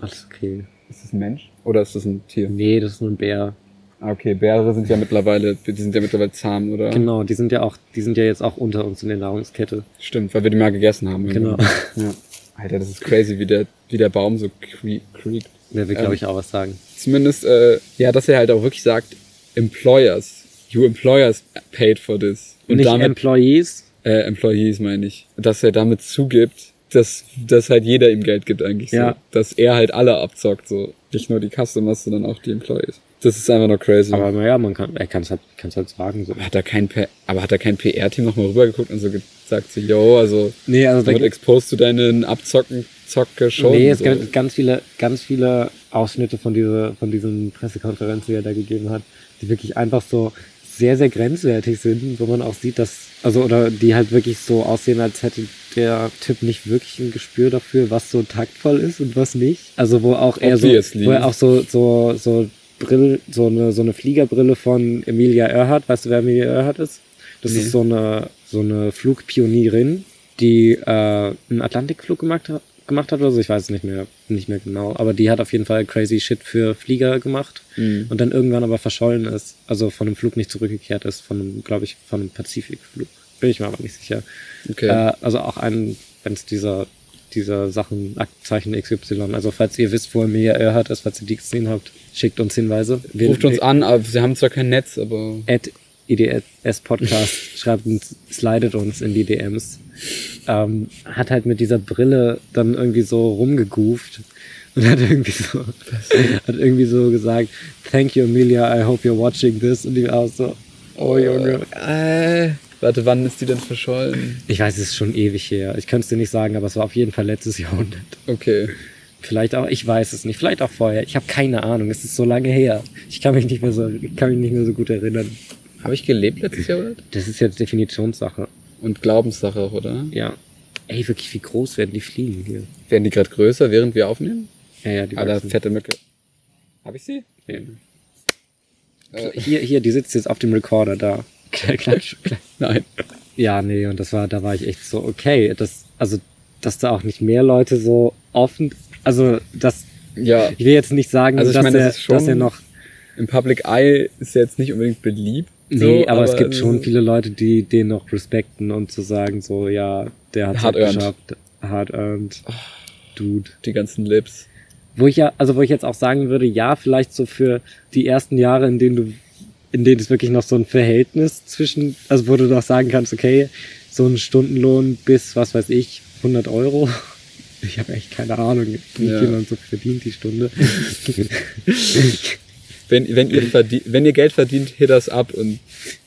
alles okay. Ist das ein Mensch oder ist das ein Tier? Nee, das ist nur ein Bär. Ah, Okay, Bäre sind ja mittlerweile, die sind ja mittlerweile zahm, oder? Genau, die sind ja auch, die sind ja jetzt auch unter uns in der Nahrungskette. Stimmt, weil wir die mal gegessen haben. Genau. Ja. Alter, das ist crazy, wie der, wie der Baum so cre- creakt. Der will, glaube ich, auch was sagen. Zumindest, äh, ja, dass er halt auch wirklich sagt, Employers, you employers paid for this. Und Nicht damit, Employees. äh, Employees meine ich, dass er damit zugibt, dass, dass halt jeder ihm Geld gibt eigentlich. Ja. So. Dass er halt alle abzockt, so. Nicht nur die Customers, sondern auch die Employees. Das ist einfach nur crazy. Aber naja, man kann, er kann es halt, kann's halt sagen. So. hat er kein, P- aber hat er kein PR-Team nochmal rübergeguckt und so gesagt, so, yo, also, Nee, also da damit gibt exposed du deinen Abzocken, Zocke schon. nee, es so. gibt ganz viele, ganz viele Ausschnitte von dieser, von diesen Pressekonferenzen, die er da gegeben hat, die wirklich einfach so sehr, sehr grenzwertig sind, wo man auch sieht, dass, also, oder die halt wirklich so aussehen, als hätte der Typ nicht wirklich ein Gespür dafür, was so taktvoll ist und was nicht. Also, wo auch er so, Obviously. wo er auch so, so, so Brill, so eine, so eine Fliegerbrille von Emilia Earhart. Weißt du, wer Emilia Earhart ist? Das Nee. ist so eine, so eine Flugpionierin, die äh, einen Atlantikflug gemacht hat, gemacht hat oder so. Ich weiß es nicht mehr, nicht mehr genau. Aber die hat auf jeden Fall crazy shit für Flieger gemacht Mhm. und dann irgendwann aber verschollen ist. Also von einem Flug nicht zurückgekehrt ist, von einem, glaube ich, von einem Pazifikflug. Bin ich mir aber nicht sicher. Okay. Äh, also auch ein, wenn es dieser dieser Sachen, Aktenzeichen XY. Also falls ihr wisst, wo ihr Mega hat, ist, falls ihr die gesehen habt, schickt uns Hinweise. Wir- äh, Ruft uns an, aber sie haben zwar kein Netz, aber at EDS Podcast, schreibt uns, slidet uns in die DMs. Ähm, hat halt mit dieser Brille dann irgendwie so rumgegoofed und hat irgendwie so, hat irgendwie so gesagt, thank you Amelia, I hope you're watching this. Und ich war auch so, oh Junge. Äh, warte, wann ist die denn verschollen? Ich weiß, es ist schon ewig her. Ich könnte es dir nicht sagen, aber es war auf jeden Fall letztes Jahrhundert. Okay. Vielleicht auch, ich weiß es nicht. Vielleicht auch vorher. Ich habe keine Ahnung. Es ist so lange her. Ich kann mich nicht mehr so, ich kann mich nicht mehr so gut erinnern. Habe ich gelebt letztes Jahr oder? Das ist jetzt Definitionssache. Und Glaubenssache auch, oder? Ja. Ey, wirklich, wie groß werden die Fliegen hier? Werden die gerade größer, während wir aufnehmen? Ja, ja, die Alter, wachsen. fette Mücke. Habe ich sie? Nee. Äh, Hier, hier, die sitzt jetzt auf dem Recorder da. Klatsch, klatsch, klatsch. Nein. Ja, nee, und das war, da war ich echt so, okay, das, also, dass da auch nicht mehr Leute so offen, also, das, Ja, ich will jetzt nicht sagen, Also ich dass, meine, das er, ist schon- dass er noch, im Public Eye ist er jetzt nicht unbedingt beliebt. nee, aber, es gibt es schon ist- viele Leute, die den noch respekten und zu sagen so, ja, der hat's Hard halt earned. geschafft, hard earned, dude. Die ganzen Lips. Wo ich ja, also wo ich jetzt auch sagen würde, ja, vielleicht so für die ersten Jahre, in denen du, in denen es wirklich noch so ein Verhältnis zwischen, also wo du noch sagen kannst, okay, so ein Stundenlohn bis, was weiß ich, 100 Euro. Ich habe echt keine Ahnung, wie Ja. viel man so verdient die Stunde. Wenn, wenn, ihr verdient, wenn ihr Geld verdient, hit das ab und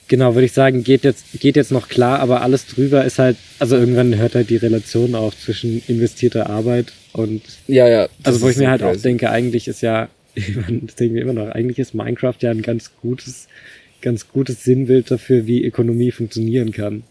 genau, würde ich sagen, geht jetzt, geht jetzt noch klar, aber alles drüber ist halt, also irgendwann hört halt die Relation auf zwischen investierter Arbeit und ja, ja. Also wo ich mir halt auch denke. denke, eigentlich ist ja, das denken wir immer noch, eigentlich ist Minecraft ja ein ganz gutes, ganz gutes Sinnbild dafür, wie Ökonomie funktionieren kann.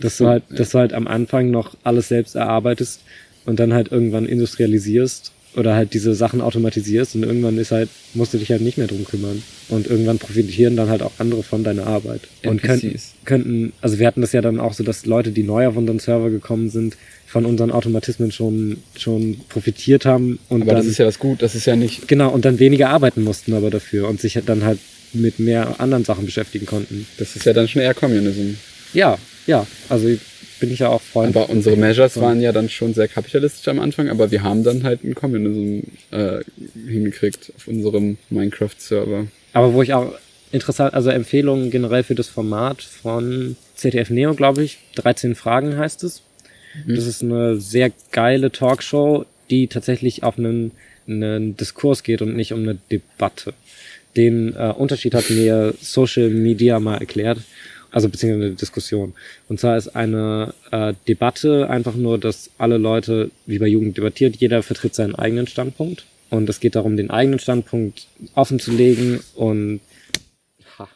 Dass du halt, dass du halt am Anfang noch alles selbst erarbeitest und dann halt irgendwann industrialisierst oder halt diese Sachen automatisierst und irgendwann ist halt, musst du dich halt nicht mehr drum kümmern. Und irgendwann profitieren dann halt auch andere von deiner Arbeit. Und könnten, NPCs. könnten, also wir hatten das ja dann auch so, dass Leute, die neu auf unseren Server gekommen sind, von unseren Automatismen schon, schon profitiert haben und Aber das dann, ist ja das gut, das ist ja nicht genau, und dann weniger arbeiten mussten aber dafür und sich dann halt mit mehr anderen Sachen beschäftigen konnten. Das ist ja dann schon eher Communism. Ja, ja, also bin ich ja auch Freund. Aber unsere Measures waren ja dann schon sehr kapitalistisch am Anfang, aber wir haben dann halt einen Communism äh, hingekriegt auf unserem Minecraft-Server. Aber wo ich auch interessant, also Empfehlungen generell für das Format von ZDF Neo, glaube ich. 13 Fragen heißt es. Das ist eine sehr geile Talkshow, die tatsächlich auf einen, einen Diskurs geht und nicht um eine Debatte. Den äh, Unterschied hat mir Social Media mal erklärt, also beziehungsweise eine Diskussion. Und zwar ist eine äh, Debatte einfach nur, dass alle Leute, wie bei Jugend debattiert, jeder vertritt seinen eigenen Standpunkt. Und es geht darum, den eigenen Standpunkt offen zu legen und ha,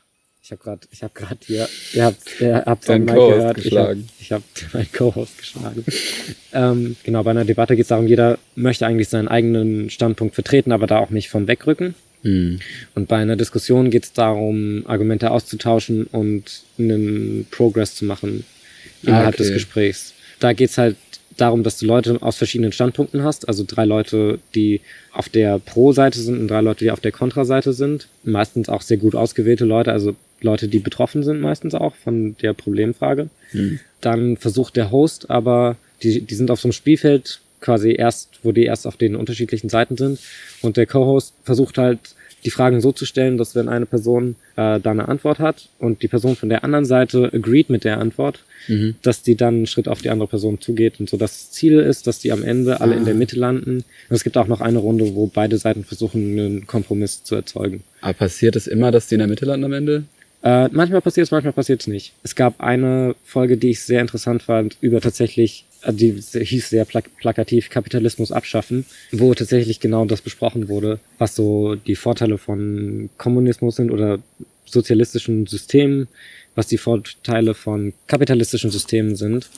ich habe gerade, ich habe gerade hier, ihr habt, ihr habt Deinen mein Co-Host gehört, ich habe, geschlagen. ich habe meinen Co-Host geschlagen. ähm, genau, bei einer Debatte geht es darum, jeder möchte eigentlich seinen eigenen Standpunkt vertreten, aber da auch nicht von wegrücken. Hm. Und bei einer Diskussion geht es darum, Argumente auszutauschen und einen Progress zu machen innerhalb Okay. des Gesprächs. Da geht es halt darum, dass du Leute aus verschiedenen Standpunkten hast, also drei Leute, die auf der Pro-Seite sind und drei Leute, die auf der Kontra-Seite sind. Meistens auch sehr gut ausgewählte Leute, also Leute, die betroffen sind meistens auch von der Problemfrage dann versucht der Host aber, die, die sind auf so einem Spielfeld quasi erst, wo die erst auf den unterschiedlichen Seiten sind und der Co-Host versucht halt, die Fragen so zu stellen, dass wenn eine Person äh, da eine Antwort hat und die Person von der anderen Seite agreed mit der Antwort, dass die dann einen Schritt auf die andere Person zugeht und so dass das Ziel ist, dass die am Ende alle in der Mitte landen. Und es gibt auch noch eine Runde, wo beide Seiten versuchen, einen Kompromiss zu erzeugen. Aber passiert es immer, dass die in der Mitte landen am Ende? Äh, manchmal passiert es, manchmal passiert es nicht. Es gab eine Folge, die ich sehr interessant fand, über tatsächlich, also die hieß sehr plak plakativ Kapitalismus abschaffen, wo tatsächlich genau das besprochen wurde, was so die Vorteile von Kommunismus sind oder sozialistischen Systemen, was die Vorteile von kapitalistischen Systemen sind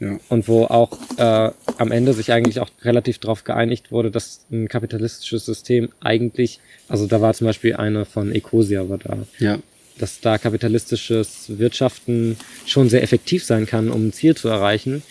Ja. und wo auch äh, am Ende sich eigentlich auch relativ darauf geeinigt wurde, dass ein kapitalistisches System eigentlich, also da war zum Beispiel eine von Ecosia war da, Ja. dass da kapitalistisches Wirtschaften schon sehr effektiv sein kann, um ein Ziel zu erreichen.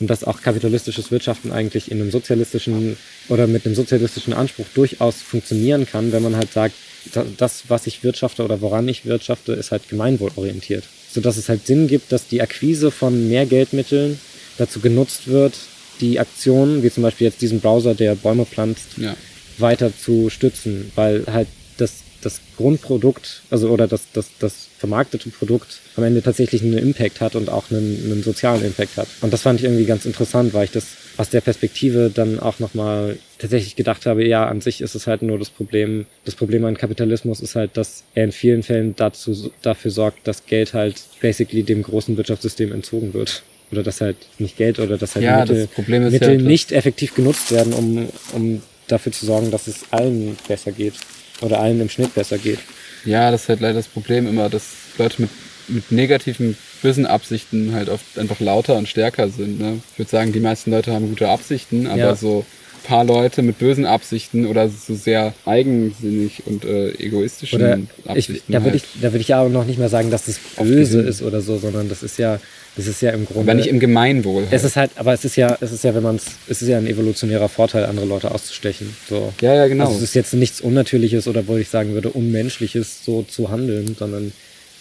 Und dass auch kapitalistisches Wirtschaften eigentlich in einem sozialistischen oder mit einem sozialistischen Anspruch durchaus funktionieren kann, wenn man halt sagt, da- das, was ich wirtschafte oder woran ich wirtschafte, ist halt gemeinwohlorientiert. Sodass es halt Sinn gibt, dass die Akquise von mehr Geldmitteln dazu genutzt wird, die Aktionen, wie zum Beispiel jetzt diesen Browser, der Bäume pflanzt, Ja. weiter zu stützen, weil halt das, das Grundprodukt, also oder das, das, das vermarktete Produkt am Ende tatsächlich einen Impact hat und auch einen, einen sozialen Impact hat. Und das fand ich irgendwie ganz interessant, weil ich das aus der Perspektive dann auch nochmal tatsächlich gedacht habe, ja, an sich ist es halt nur das Problem, das Problem an Kapitalismus ist halt, dass er in vielen Fällen dazu, dafür sorgt, dass Geld halt basically dem großen Wirtschaftssystem entzogen wird. Oder dass halt nicht Geld oder dass halt die Ja, Mittel, das Problem ist Mittel ja, dass- nicht effektiv genutzt werden, um, um dafür zu sorgen, dass es allen besser geht oder allen im Schnitt besser geht. Ja, das ist halt leider das Problem immer, dass Leute mit, mit negativen, bösen Absichten halt oft einfach lauter und stärker sind. Ne? Ich würde sagen, die meisten Leute haben gute Absichten, aber Ja. so ein paar Leute mit bösen Absichten oder so sehr eigensinnig und äh, egoistischen Oder ich, Absichten. da würde halt. ich, da würde ich ja auch noch nicht mal sagen, dass das Auf böse diesen- ist oder so, sondern das ist ja, das ist ja im Grunde. aber nicht im Gemeinwohl. Halt. es ist halt, aber es ist ja, es ist ja, wenn man es, es ist ja ein evolutionärer Vorteil, andere Leute auszustechen. So. ja, ja, genau. Also es ist jetzt nichts Unnatürliches oder wo ich sagen würde, Unmenschliches so zu handeln, sondern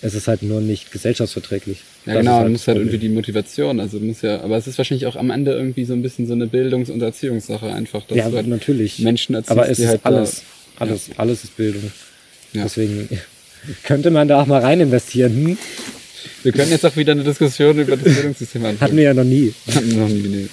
es ist halt nur nicht gesellschaftsverträglich. Ja, Das ist genau, du das musst halt Problem. irgendwie die Motivation, also du musst ja, aber es ist wahrscheinlich auch am Ende irgendwie so ein bisschen so eine Bildungs- und Erziehungssache einfach, dass ja, du halt natürlich. Menschen erziehst, Aber es die ist halt da- alles. Alles, alles ist Bildung. Ja. Deswegen könnte man da auch mal rein investieren. Hm? Wir können jetzt auch wieder eine Diskussion über das Bildungssystem anfangen. Hatten wir ja noch nie. Hatten wir noch nie, nee.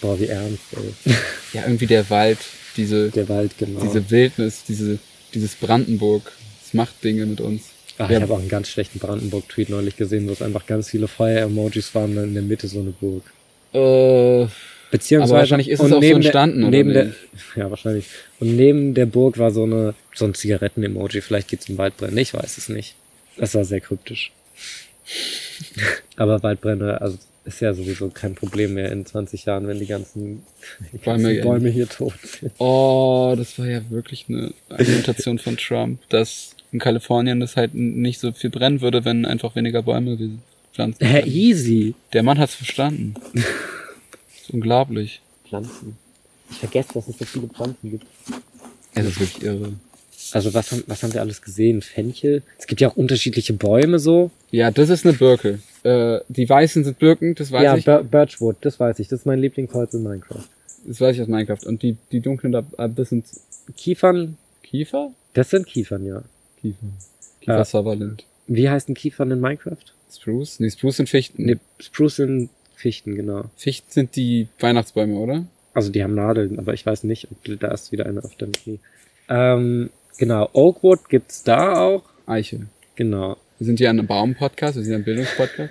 Boah, wie ernst, ey. Ja, irgendwie der Wald, diese, Der Wald, genau. diese Wildnis, diese, dieses Brandenburg, es macht Dinge mit uns. Ach, Ja. Ah, ich habe auch einen ganz schlechten Brandenburg-Tweet neulich gesehen, wo es einfach ganz viele Feuer-Emojis waren und in der Mitte so eine Burg. Äh, Beziehungsweise Aber wahrscheinlich ist es und auch so neben der- entstanden, oder neben der, nicht? Ja, wahrscheinlich. Und neben der Burg war so eine so ein Zigaretten-Emoji. Vielleicht geht's um Waldbrände. Ich weiß es nicht. Das war sehr kryptisch. Aber Waldbrände, also ist ja sowieso kein Problem mehr in 20 Jahren, wenn die ganzen, die Bäume ganzen gehen. Bäume hier tot sind. oh, das war ja wirklich eine Argumentation von Trump, dass in Kalifornien das halt n- nicht so viel brennen würde, wenn einfach weniger Bäume gepflanzt Hä, werden. easy. Der Mann hat's verstanden. Das ist unglaublich. Pflanzen. Ich vergesse, dass es so viele Pflanzen gibt. Ja, das ist wirklich irre. Also was haben, was haben wir alles gesehen? Fenchel? Es gibt ja auch unterschiedliche Bäume so. Ja, das ist eine Birke. Äh, die Weißen sind Birken, das weiß ja, ich. Bir- Birchwood, das weiß ich. Das ist mein Lieblingsholz in Minecraft. Das weiß ich aus Minecraft. Und die, die dunklen da ein bisschen Kiefern, Kiefer? das sind Kiefern, ja. Kiefer. Kiefer Ja. Sutherland. Wie heißen Kiefern in Minecraft? Spruce? Nee, Spruce sind Fichten. Ne, Spruce sind Fichten, genau. Fichten sind die Weihnachtsbäume, oder? Also die haben Nadeln, aber ich weiß nicht, ob da ist wieder eine auf der Knie. Ähm, genau, Oakwood gibt's da auch. Eiche. Genau. Wir sind hier ein Baum-Podcast, wir sind ein Bildungspodcast.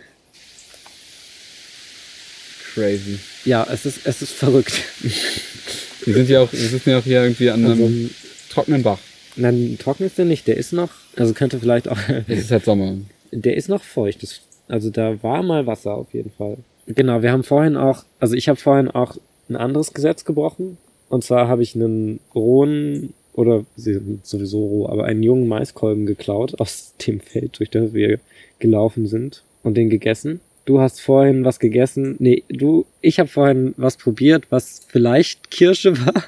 Crazy. Ja, es ist, es ist verrückt. Wir sind ja auch, wir sitzen ja auch hier irgendwie an einem Also, trockenen Bach. nein, trocken ist der nicht, der ist noch, also könnte vielleicht auch, Es ist halt Sommer. der ist noch feucht. Das, also da war mal Wasser auf jeden Fall. Genau, wir haben vorhin auch, also ich habe vorhin auch ein anderes Gesetz gebrochen. Und zwar habe ich einen rohen oder sie sind sowieso roh, aber einen jungen Maiskolben geklaut aus dem Feld, durch das wir gelaufen sind und den gegessen. Du hast vorhin was gegessen. Nee, du, ich habe vorhin was probiert, was vielleicht Kirsche war.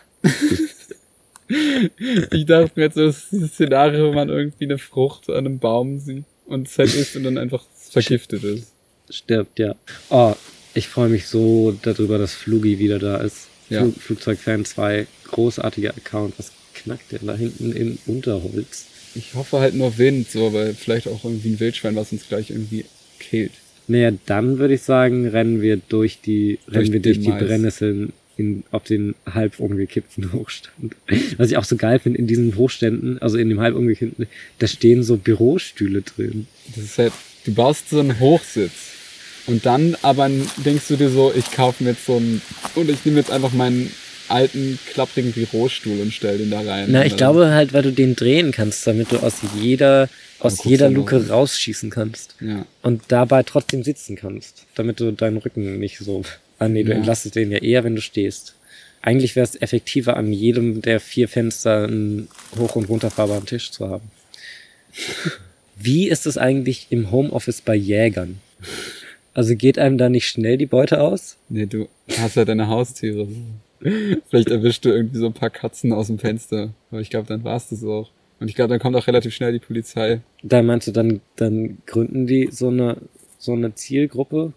Ich dachte mir jetzt, das ist dieses Szenario, wo man irgendwie eine Frucht an einem Baum sieht und es halt isst und dann einfach vergiftet ist. Stirbt, ja. Oh, ich freue mich so darüber, dass Flugi wieder da ist. Ja. Flug, Flugzeugfan 2, großartiger Account. Was knackt denn da hinten im Unterholz? Ich hoffe halt nur Wind, so, weil vielleicht auch irgendwie ein Wildschwein, was uns gleich irgendwie killt. Naja, dann würde ich sagen, rennen wir durch die, rennen wir den durch die Mais. Brennnesseln in, auf den halb umgekippten Hochstand. Was ich auch so geil finde, in diesen Hochständen, also in dem halb umgekippten, da stehen so Bürostühle drin. Das ist halt, du baust so einen Hochsitz. Und dann aber denkst du dir so, ich kaufe mir jetzt so einen, und ich nehme jetzt einfach meinen alten, klapprigen Bürostuhl und stell den da rein. Na, Und ich dann- glaube halt, weil du den drehen kannst, damit du aus jeder, aus aus guckst jeder jeder dann Luke Luke rausschießen kannst. Ja. und dabei trotzdem sitzen kannst, damit du deinen Rücken nicht so. Ah nee, du Ja. entlastest den ja eher, wenn du stehst. Eigentlich wäre es effektiver, an jedem der vier Fenster einen hoch- und runterfahrbaren Tisch zu haben. Wie ist es eigentlich im Homeoffice bei Jägern? Also geht einem da nicht schnell die Beute aus? Nee, du hast ja deine Haustiere. Vielleicht erwischst du irgendwie so ein paar Katzen aus dem Fenster. Aber ich glaube, dann war's das auch. Und ich glaube, dann kommt auch relativ schnell die Polizei. Da meinst du, dann, dann gründen die so eine, so eine Zielgruppe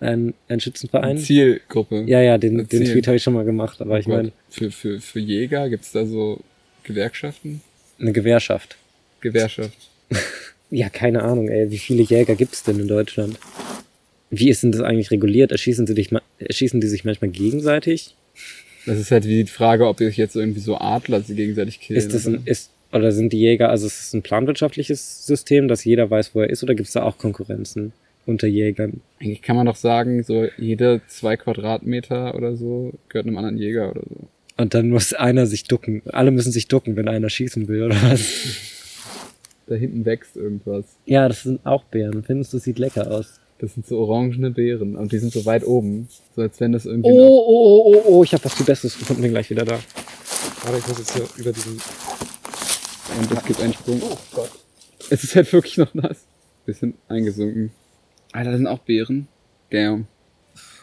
Ein, ein Schützenverein. Zielgruppe. Ja, ja, den, den Ziel. Oh Tweet habe ich schon mal gemacht, aber ich Gott. meine, für, für, für Jäger gibt's da so Gewerkschaften? eine Gewerkschaft. Gewerkschaft. Ja, keine Ahnung, ey, wie viele Jäger gibt's denn in Deutschland? Wie ist denn das eigentlich reguliert? Erschießen, sie dich ma- erschießen die sich manchmal gegenseitig? Das ist halt wie die Frage, ob ich jetzt irgendwie so Adler sie gegenseitig killen. Ist das oder? ein, ist, oder sind die Jäger, also ist es ein planwirtschaftliches System, dass jeder weiß, wo er ist, oder gibt's da auch Konkurrenzen unter Jägern? Eigentlich kann man doch sagen, so jede zwei Quadratmeter oder so gehört einem anderen Jäger oder so. Und dann muss einer sich ducken. Alle müssen sich ducken, wenn einer schießen will, oder was? Da hinten wächst irgendwas. Ja, das sind auch Bären. Findest du, sieht lecker aus. Das sind so orangene Beeren und die sind so weit oben. So als wenn das irgendwie. Oh, oh, oh, oh, oh, ich habe was viel Besseres gefunden, bin gleich wieder da. Warte, ich muss jetzt hier über diesen. nach- Und es gibt einen Sprung. Oh Gott. Es ist halt wirklich noch nass. Bisschen eingesunken. Alter, da sind auch Beeren. Damn.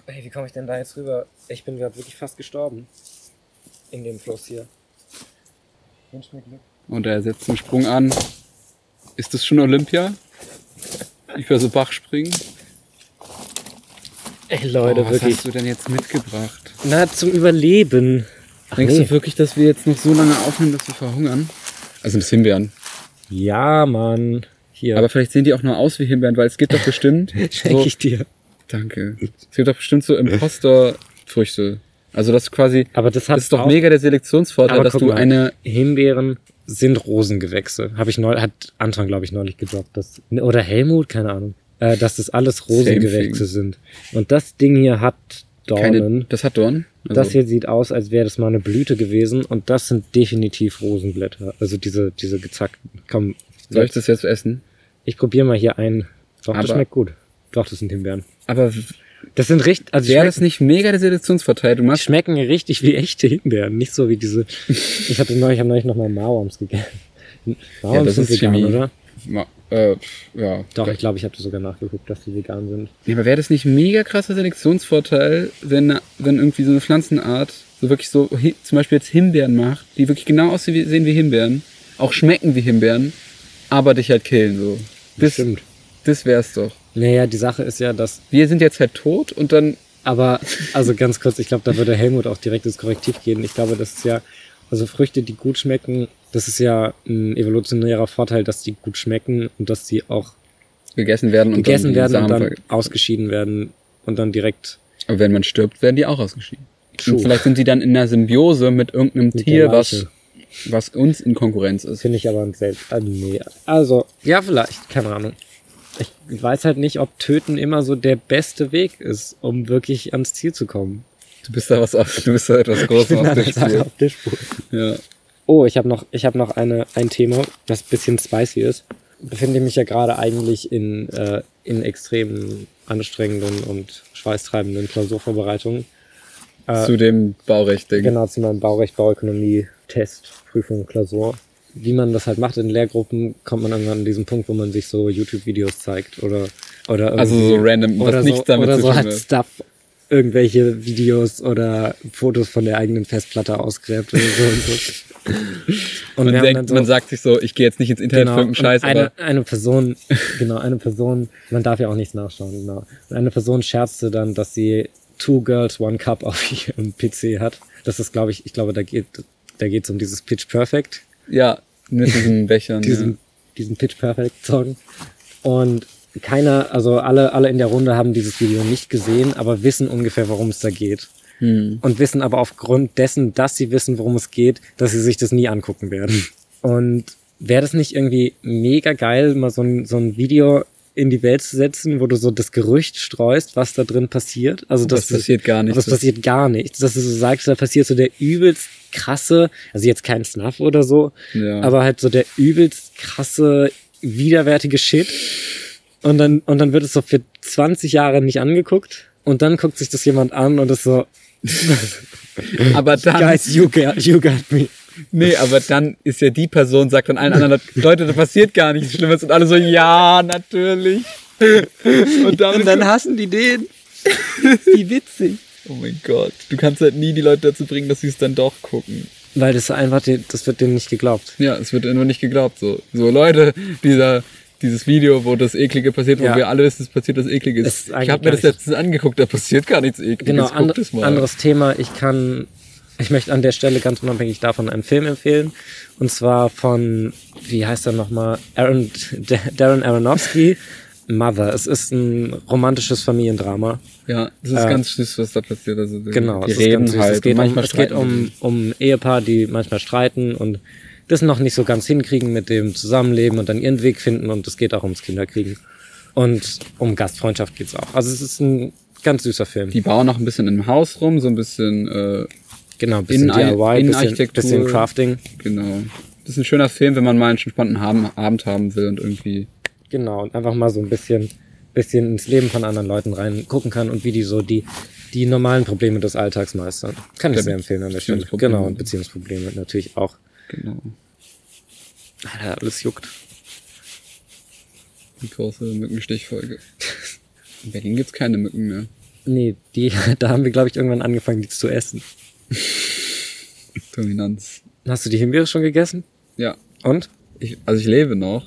Ey, wie komme ich denn da jetzt rüber? Ich bin gerade wirklich fast gestorben. In dem Fluss hier. Wünsch mir Glück. Und er setzt den Sprung an. Ist das schon Olympia? Über so Bach springen? Ey, Leute, Oh, was wirklich. hast du denn jetzt mitgebracht? Na, zum Überleben. Ach, Denkst nee. du wirklich, dass wir jetzt noch so lange aufnehmen, dass wir verhungern? Also das Himbeeren. Ja, Mann. Hier. Aber vielleicht sehen die auch nur aus wie Himbeeren, weil es gibt doch bestimmt. schenke so, ich dir. danke. Es gibt doch bestimmt so Imposter-Früchte. Also das ist quasi. Aber das hat Das ist doch auch- mega der Selektionsvorteil, Aber dass guck du mal, eine. Himbeeren sind Rosengewächse. Habe ich neu, hat Anton, glaube ich, neulich gedroppt. Dass, oder Helmut, keine Ahnung. Äh, dass das alles Rosengewächse thing. sind. Und das Ding hier hat Keine, Dornen. das hat Dorn. Also, das hier sieht aus, als wäre das mal eine Blüte gewesen. Und das sind definitiv Rosenblätter. Also diese, diese gezackten. Komm, soll ich das jetzt essen? ich probiere mal hier ein. Doch, das Aber- schmeckt gut. Doch, das sind Himbeeren. Aber Das sind richtig, also die wäre schmecken, das nicht mega der Selektionsvorteil? Du die machst. schmecken richtig wie echte Himbeeren. Nicht so wie diese, ich hatte neulich, ich habe neulich noch mal Mauerms gegessen. Mauerms das sind ist vegan, Chemie. oder? Ma- Äh, ja. Doch, ich glaube, ich habe sogar nachgeguckt, dass die vegan sind. Ja, aber wäre das nicht ein mega krasser Selektionsvorteil, wenn, wenn irgendwie so eine Pflanzenart so wirklich so, hi- zum Beispiel jetzt Himbeeren macht, die wirklich genau aussehen wie Himbeeren, auch schmecken wie Himbeeren, aber dich halt killen so. Das, Bestimmt. das wär's doch. Naja, die Sache ist ja, dass, Wir sind jetzt halt tot und dann, aber, also ganz kurz, ich glaube, da würde Helmut auch direkt ins Korrektiv gehen. Ich glaube, das ist ja, also Früchte, die gut schmecken, das ist ja ein evolutionärer Vorteil, dass die gut schmecken und dass die auch gegessen werden und dann gegessen die werden Samen und dann ver- ausgeschieden werden und dann direkt Aber wenn man stirbt, werden die auch ausgeschieden. True. Und vielleicht sind die dann in einer Symbiose mit irgendeinem Mit Tier, der Leiche. was, was uns in Konkurrenz ist. Finde ich aber ein selbst. Ah, nee. Also, ja, vielleicht, keine Ahnung. Ich weiß halt nicht, ob Töten immer so der beste Weg ist, um wirklich ans Ziel zu kommen. Du bist da was auf, du bist da etwas Großes auf dem Spiel. auf der Spur. Ja. Oh, ich habe noch, ich hab noch eine, ein Thema, das ein bisschen spicy ist. Befinde mich ja gerade eigentlich in, äh, in extrem anstrengenden und schweißtreibenden Klausurvorbereitungen. Äh, Zu dem Baurecht-Ding. Genau, zu meinem Baurecht, Bauökonomie, Test, Prüfung, Klausur. Wie man das halt macht in Lehrgruppen, kommt man irgendwann an diesen Punkt, wo man sich so YouTube-Videos zeigt oder, oder Also irgendwie- so random, was oder so, nichts damit oder zu so tun hat hat. Stuff irgendwelche Videos oder Fotos von der eigenen Festplatte ausgräbt oder so und so. Und wir Man, haben denkt, dann so- Genau. man sagt sich so, ich gehe jetzt nicht ins Internet für irgendeinen und Scheiß, eine, aber eine Person, genau, eine Person, man darf ja auch nichts nachschauen, genau. Und eine Person scherzte dann, dass sie Two Girls, One Cup auf ihrem PC hat. Das ist, glaube ich, ich glaube, da geht da geht's um dieses Pitch Perfect, ja, mit diesen Bechern. diesen, diesen Pitch Perfect Song. Und keiner, also alle, alle in der Runde haben dieses Video nicht gesehen, aber wissen ungefähr, worum es da geht. ja. hm. Und wissen aber aufgrund dessen, dass sie wissen, worum es geht, dass sie sich das nie angucken werden. Und wäre das nicht irgendwie mega geil, mal so ein, so ein Video in die Welt zu setzen, wo du so das Gerücht streust, was da drin passiert? Also Das, das, passiert gar nicht. Das passiert gar nichts. Dass du so sagst, da passiert so der übelst krasse, also jetzt kein Snuff oder so, Ja. aber halt so der übelst krasse, widerwärtige Shit. Und dann, und dann wird es so für 20 Jahre nicht angeguckt. Und dann guckt sich das jemand an und ist so, aber dann, guys, you got, you got me. nee, aber dann ist ja die Person, sagt dann allen anderen, Leute, da passiert gar nichts Schlimmes und alle so, ja, natürlich. Und damit, Und dann hassen die den. Wie witzig. oh mein Gott, du kannst halt nie die Leute dazu bringen, dass sie es dann doch gucken. Weil das einfach, den- das wird denen nicht geglaubt. Ja, es wird immer nicht geglaubt, so. So, Leute, dieser dieses Video, wo das Eklige passiert, wo Ja. wir alle wissen, es passiert das Eklige. Es ist Ich eigentlich habe mir gar das nicht- letztens angeguckt, da passiert gar nichts Ekliges. Genau, Guckt andre- es mal. anderes Thema. Ich kann, ich möchte an der Stelle ganz unabhängig davon einen Film empfehlen. Und zwar von, wie heißt er nochmal? Aaron, D- Darren Aronofsky. Mother. Es ist ein romantisches Familiendrama. Ja, das ist ganz süß, was da passiert. Also die, Genau. Mhm. die es ist reden ganz süß. halt. Es geht, und um, manchmal es geht streiten die um, sich. um Ehepaar, die manchmal streiten und das noch nicht so ganz hinkriegen mit dem Zusammenleben und dann ihren Weg finden. Und es geht auch ums Kinderkriegen. Und um Gastfreundschaft geht's auch. Also es ist ein ganz süßer Film. Die bauen noch ein bisschen im Haus rum, so ein bisschen, äh, Genau, ein bisschen Innen- DIY, ein bisschen, Innenarchitektur. bisschen Crafting. genau. Das ist ein schöner Film, wenn man mal einen entspannten Abend, Abend haben will und irgendwie. Genau, und einfach mal so ein bisschen, bisschen ins Leben von anderen Leuten reingucken kann und wie die so die, die normalen Probleme des Alltags meistern. Kann ich Ja, sehr empfehlen an der Stelle. Beziehungsprobleme. Genau, und Beziehungsprobleme natürlich auch. Genau. Alter, alles juckt. Die große Mückenstichfolge. In Berlin gibt's keine Mücken mehr. Nee, die, da haben wir, glaube ich, irgendwann angefangen, die zu essen. Dominanz. Hast du die Himbeere schon gegessen? Ja. Und? Ich, also ich lebe noch.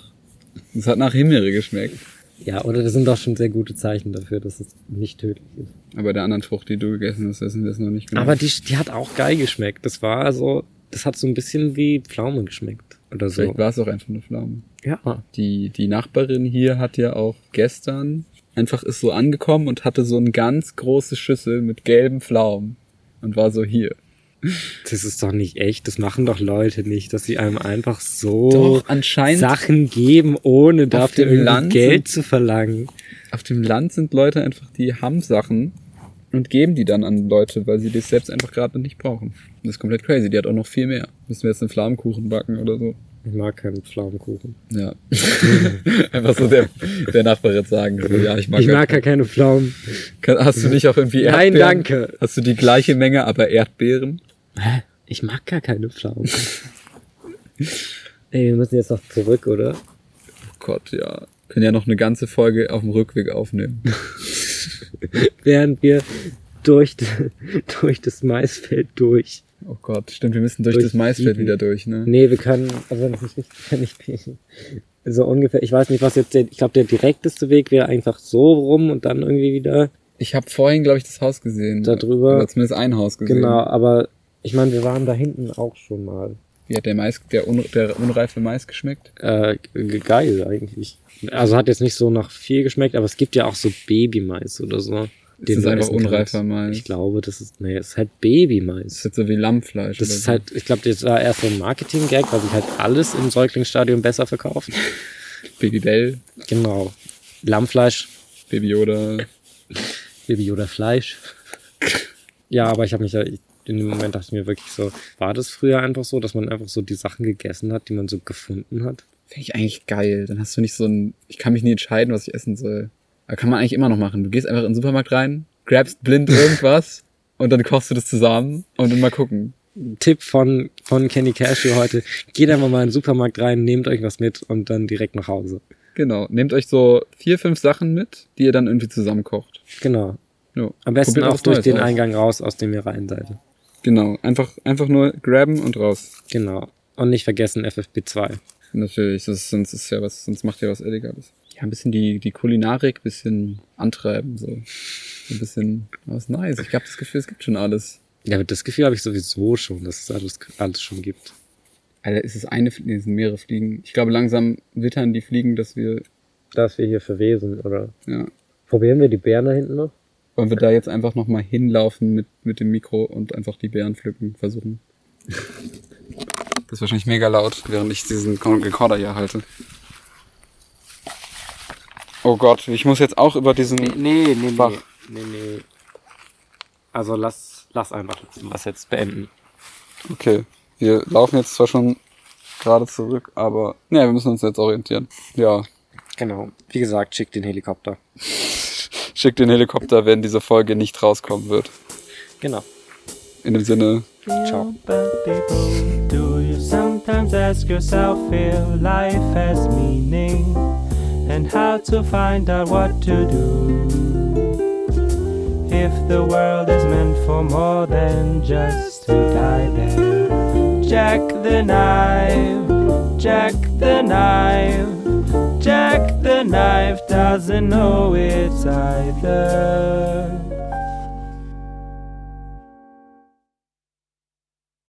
Es hat nach Himbeere geschmeckt. Ja, oder das sind doch schon sehr gute Zeichen dafür, dass es nicht tödlich ist. Aber der anderen Frucht, die du gegessen hast, wissen wir es noch nicht genau. Aber die, die hat auch geil geschmeckt. Das war also, das hat so ein bisschen wie Pflaume geschmeckt. Oder so. Vielleicht war es auch einfach eine Pflaume. Ja. Die, die Nachbarin hier hat ja auch gestern einfach ist so angekommen und hatte so eine ganz große Schüssel mit gelben Pflaumen und war so hier. Das ist doch nicht echt. Das machen doch Leute nicht, dass sie einem einfach so Doch, anscheinend- Sachen geben, ohne dafür dem irgendwie Land Geld zu verlangen. Auf dem Land sind Leute einfach, die haben Sachen und geben die dann an Leute, weil sie das selbst einfach gerade nicht brauchen. Und Das ist komplett crazy. Die hat auch noch viel mehr. Müssen wir jetzt einen Flammkuchen backen oder so. Ich mag keinen Pflaumenkuchen. Ja. einfach so der, der Nachbar jetzt sagen. So, ja, ich mag, ich mag ja keine Pflaumen. Kann- Hast du nicht auch irgendwie Nein, Erdbeeren? danke. Hast du die gleiche Menge, aber Erdbeeren? Ich mag gar keine Pflaumen. Ey, wir müssen jetzt noch zurück, oder? Oh Gott, ja. Können ja noch eine ganze Folge auf dem Rückweg aufnehmen. Während wir durch, durch das Maisfeld durch. Oh Gott, stimmt, wir müssen durch, Durch das Maisfeld Sieben. wieder durch, ne? Nee, wir können, also wenn ich mich richtig wenn ich mich- so ungefähr, ich weiß nicht, was jetzt der, ich glaube, der direkteste Weg wäre einfach so rum und dann irgendwie wieder. Ich habe vorhin, glaube ich, das Haus gesehen. Da drüber. Oder zumindest ein Haus gesehen. Genau, aber ich meine, wir waren da hinten auch schon mal. Wie hat der Mais, der, un, der unreife Mais geschmeckt? Äh, ge- geil eigentlich. Also hat jetzt nicht so nach viel geschmeckt, aber es gibt ja auch so Babymais oder so. den ist du einfach essen kannst. unreifer Mais. Ich glaube, das ist, nee, es ist halt Das ist Babymais. jetzt so wie Lammfleisch. Das oder ist so. halt, ich glaube, das war erst so ein Marketing-Gag, weil sich halt alles im Säuglingsstadium besser verkauft. Baby Bell, genau. Lammfleisch, Baby Yoda. Baby Yoda Fleisch. ja, aber ich habe mich ja, ich, in dem Moment dachte ich mir wirklich so, war das früher einfach so, dass man einfach so die Sachen gegessen hat, die man so gefunden hat? Finde ich eigentlich geil. Dann hast du nicht so ein, ich kann mich nie entscheiden, was ich essen soll. Aber kann man eigentlich immer noch machen. Du gehst einfach in den Supermarkt rein, grabst blind irgendwas und dann kochst du das zusammen und dann mal gucken. Tipp von, von Kenny Cashew heute. Geht einfach mal in den Supermarkt rein, nehmt euch was mit und dann direkt nach Hause. Genau. Nehmt euch so vier, fünf Sachen mit, die ihr dann irgendwie zusammen kocht. Genau. Ja. Am besten Probiert mal auch was durch Neues den aus. Eingang raus, aus dem ihr rein seid. Genau. Einfach, einfach nur graben und raus. Genau. Und nicht vergessen FFP2. Natürlich, das ist, sonst ist ja was, sonst macht ihr was Illegales. Ja, ein bisschen die, die Kulinarik, bisschen antreiben, so. Ein bisschen, was nice. Ich habe das Gefühl, es gibt schon alles. Ja, aber das Gefühl habe ich sowieso schon, dass es alles, alles schon gibt. Alter, ist es eine, Flie- nee, es sind mehrere Fliegen. Ich glaube, langsam wittern die Fliegen, dass wir, Dass wir hier verwesen, oder? ja. Probieren wir die Bären da hinten noch? Wollen wir da jetzt einfach nochmal hinlaufen mit, mit dem Mikro und einfach die Beeren pflücken, versuchen. Das ist wahrscheinlich mega laut, während ich diesen Kon- Recorder hier halte. Oh Gott, ich muss jetzt auch über diesen Nee, nee, Bach. nee, nee. Also lass, lass einfach was jetzt beenden. Okay, wir laufen jetzt zwar schon gerade zurück, aber naja, wir müssen uns jetzt orientieren. Ja, Genau. Wie gesagt, schick den Helikopter. schickt den Helikopter, wenn diese Folge nicht rauskommen wird. Genau. In dem Sinne, Ciao. But they both do you sometimes ask yourself if life has meaning and how to find out what to do? If the world is meant for more than just to die there. Jack the knife, Jack the knife, Jack the knife doesn't know it's either.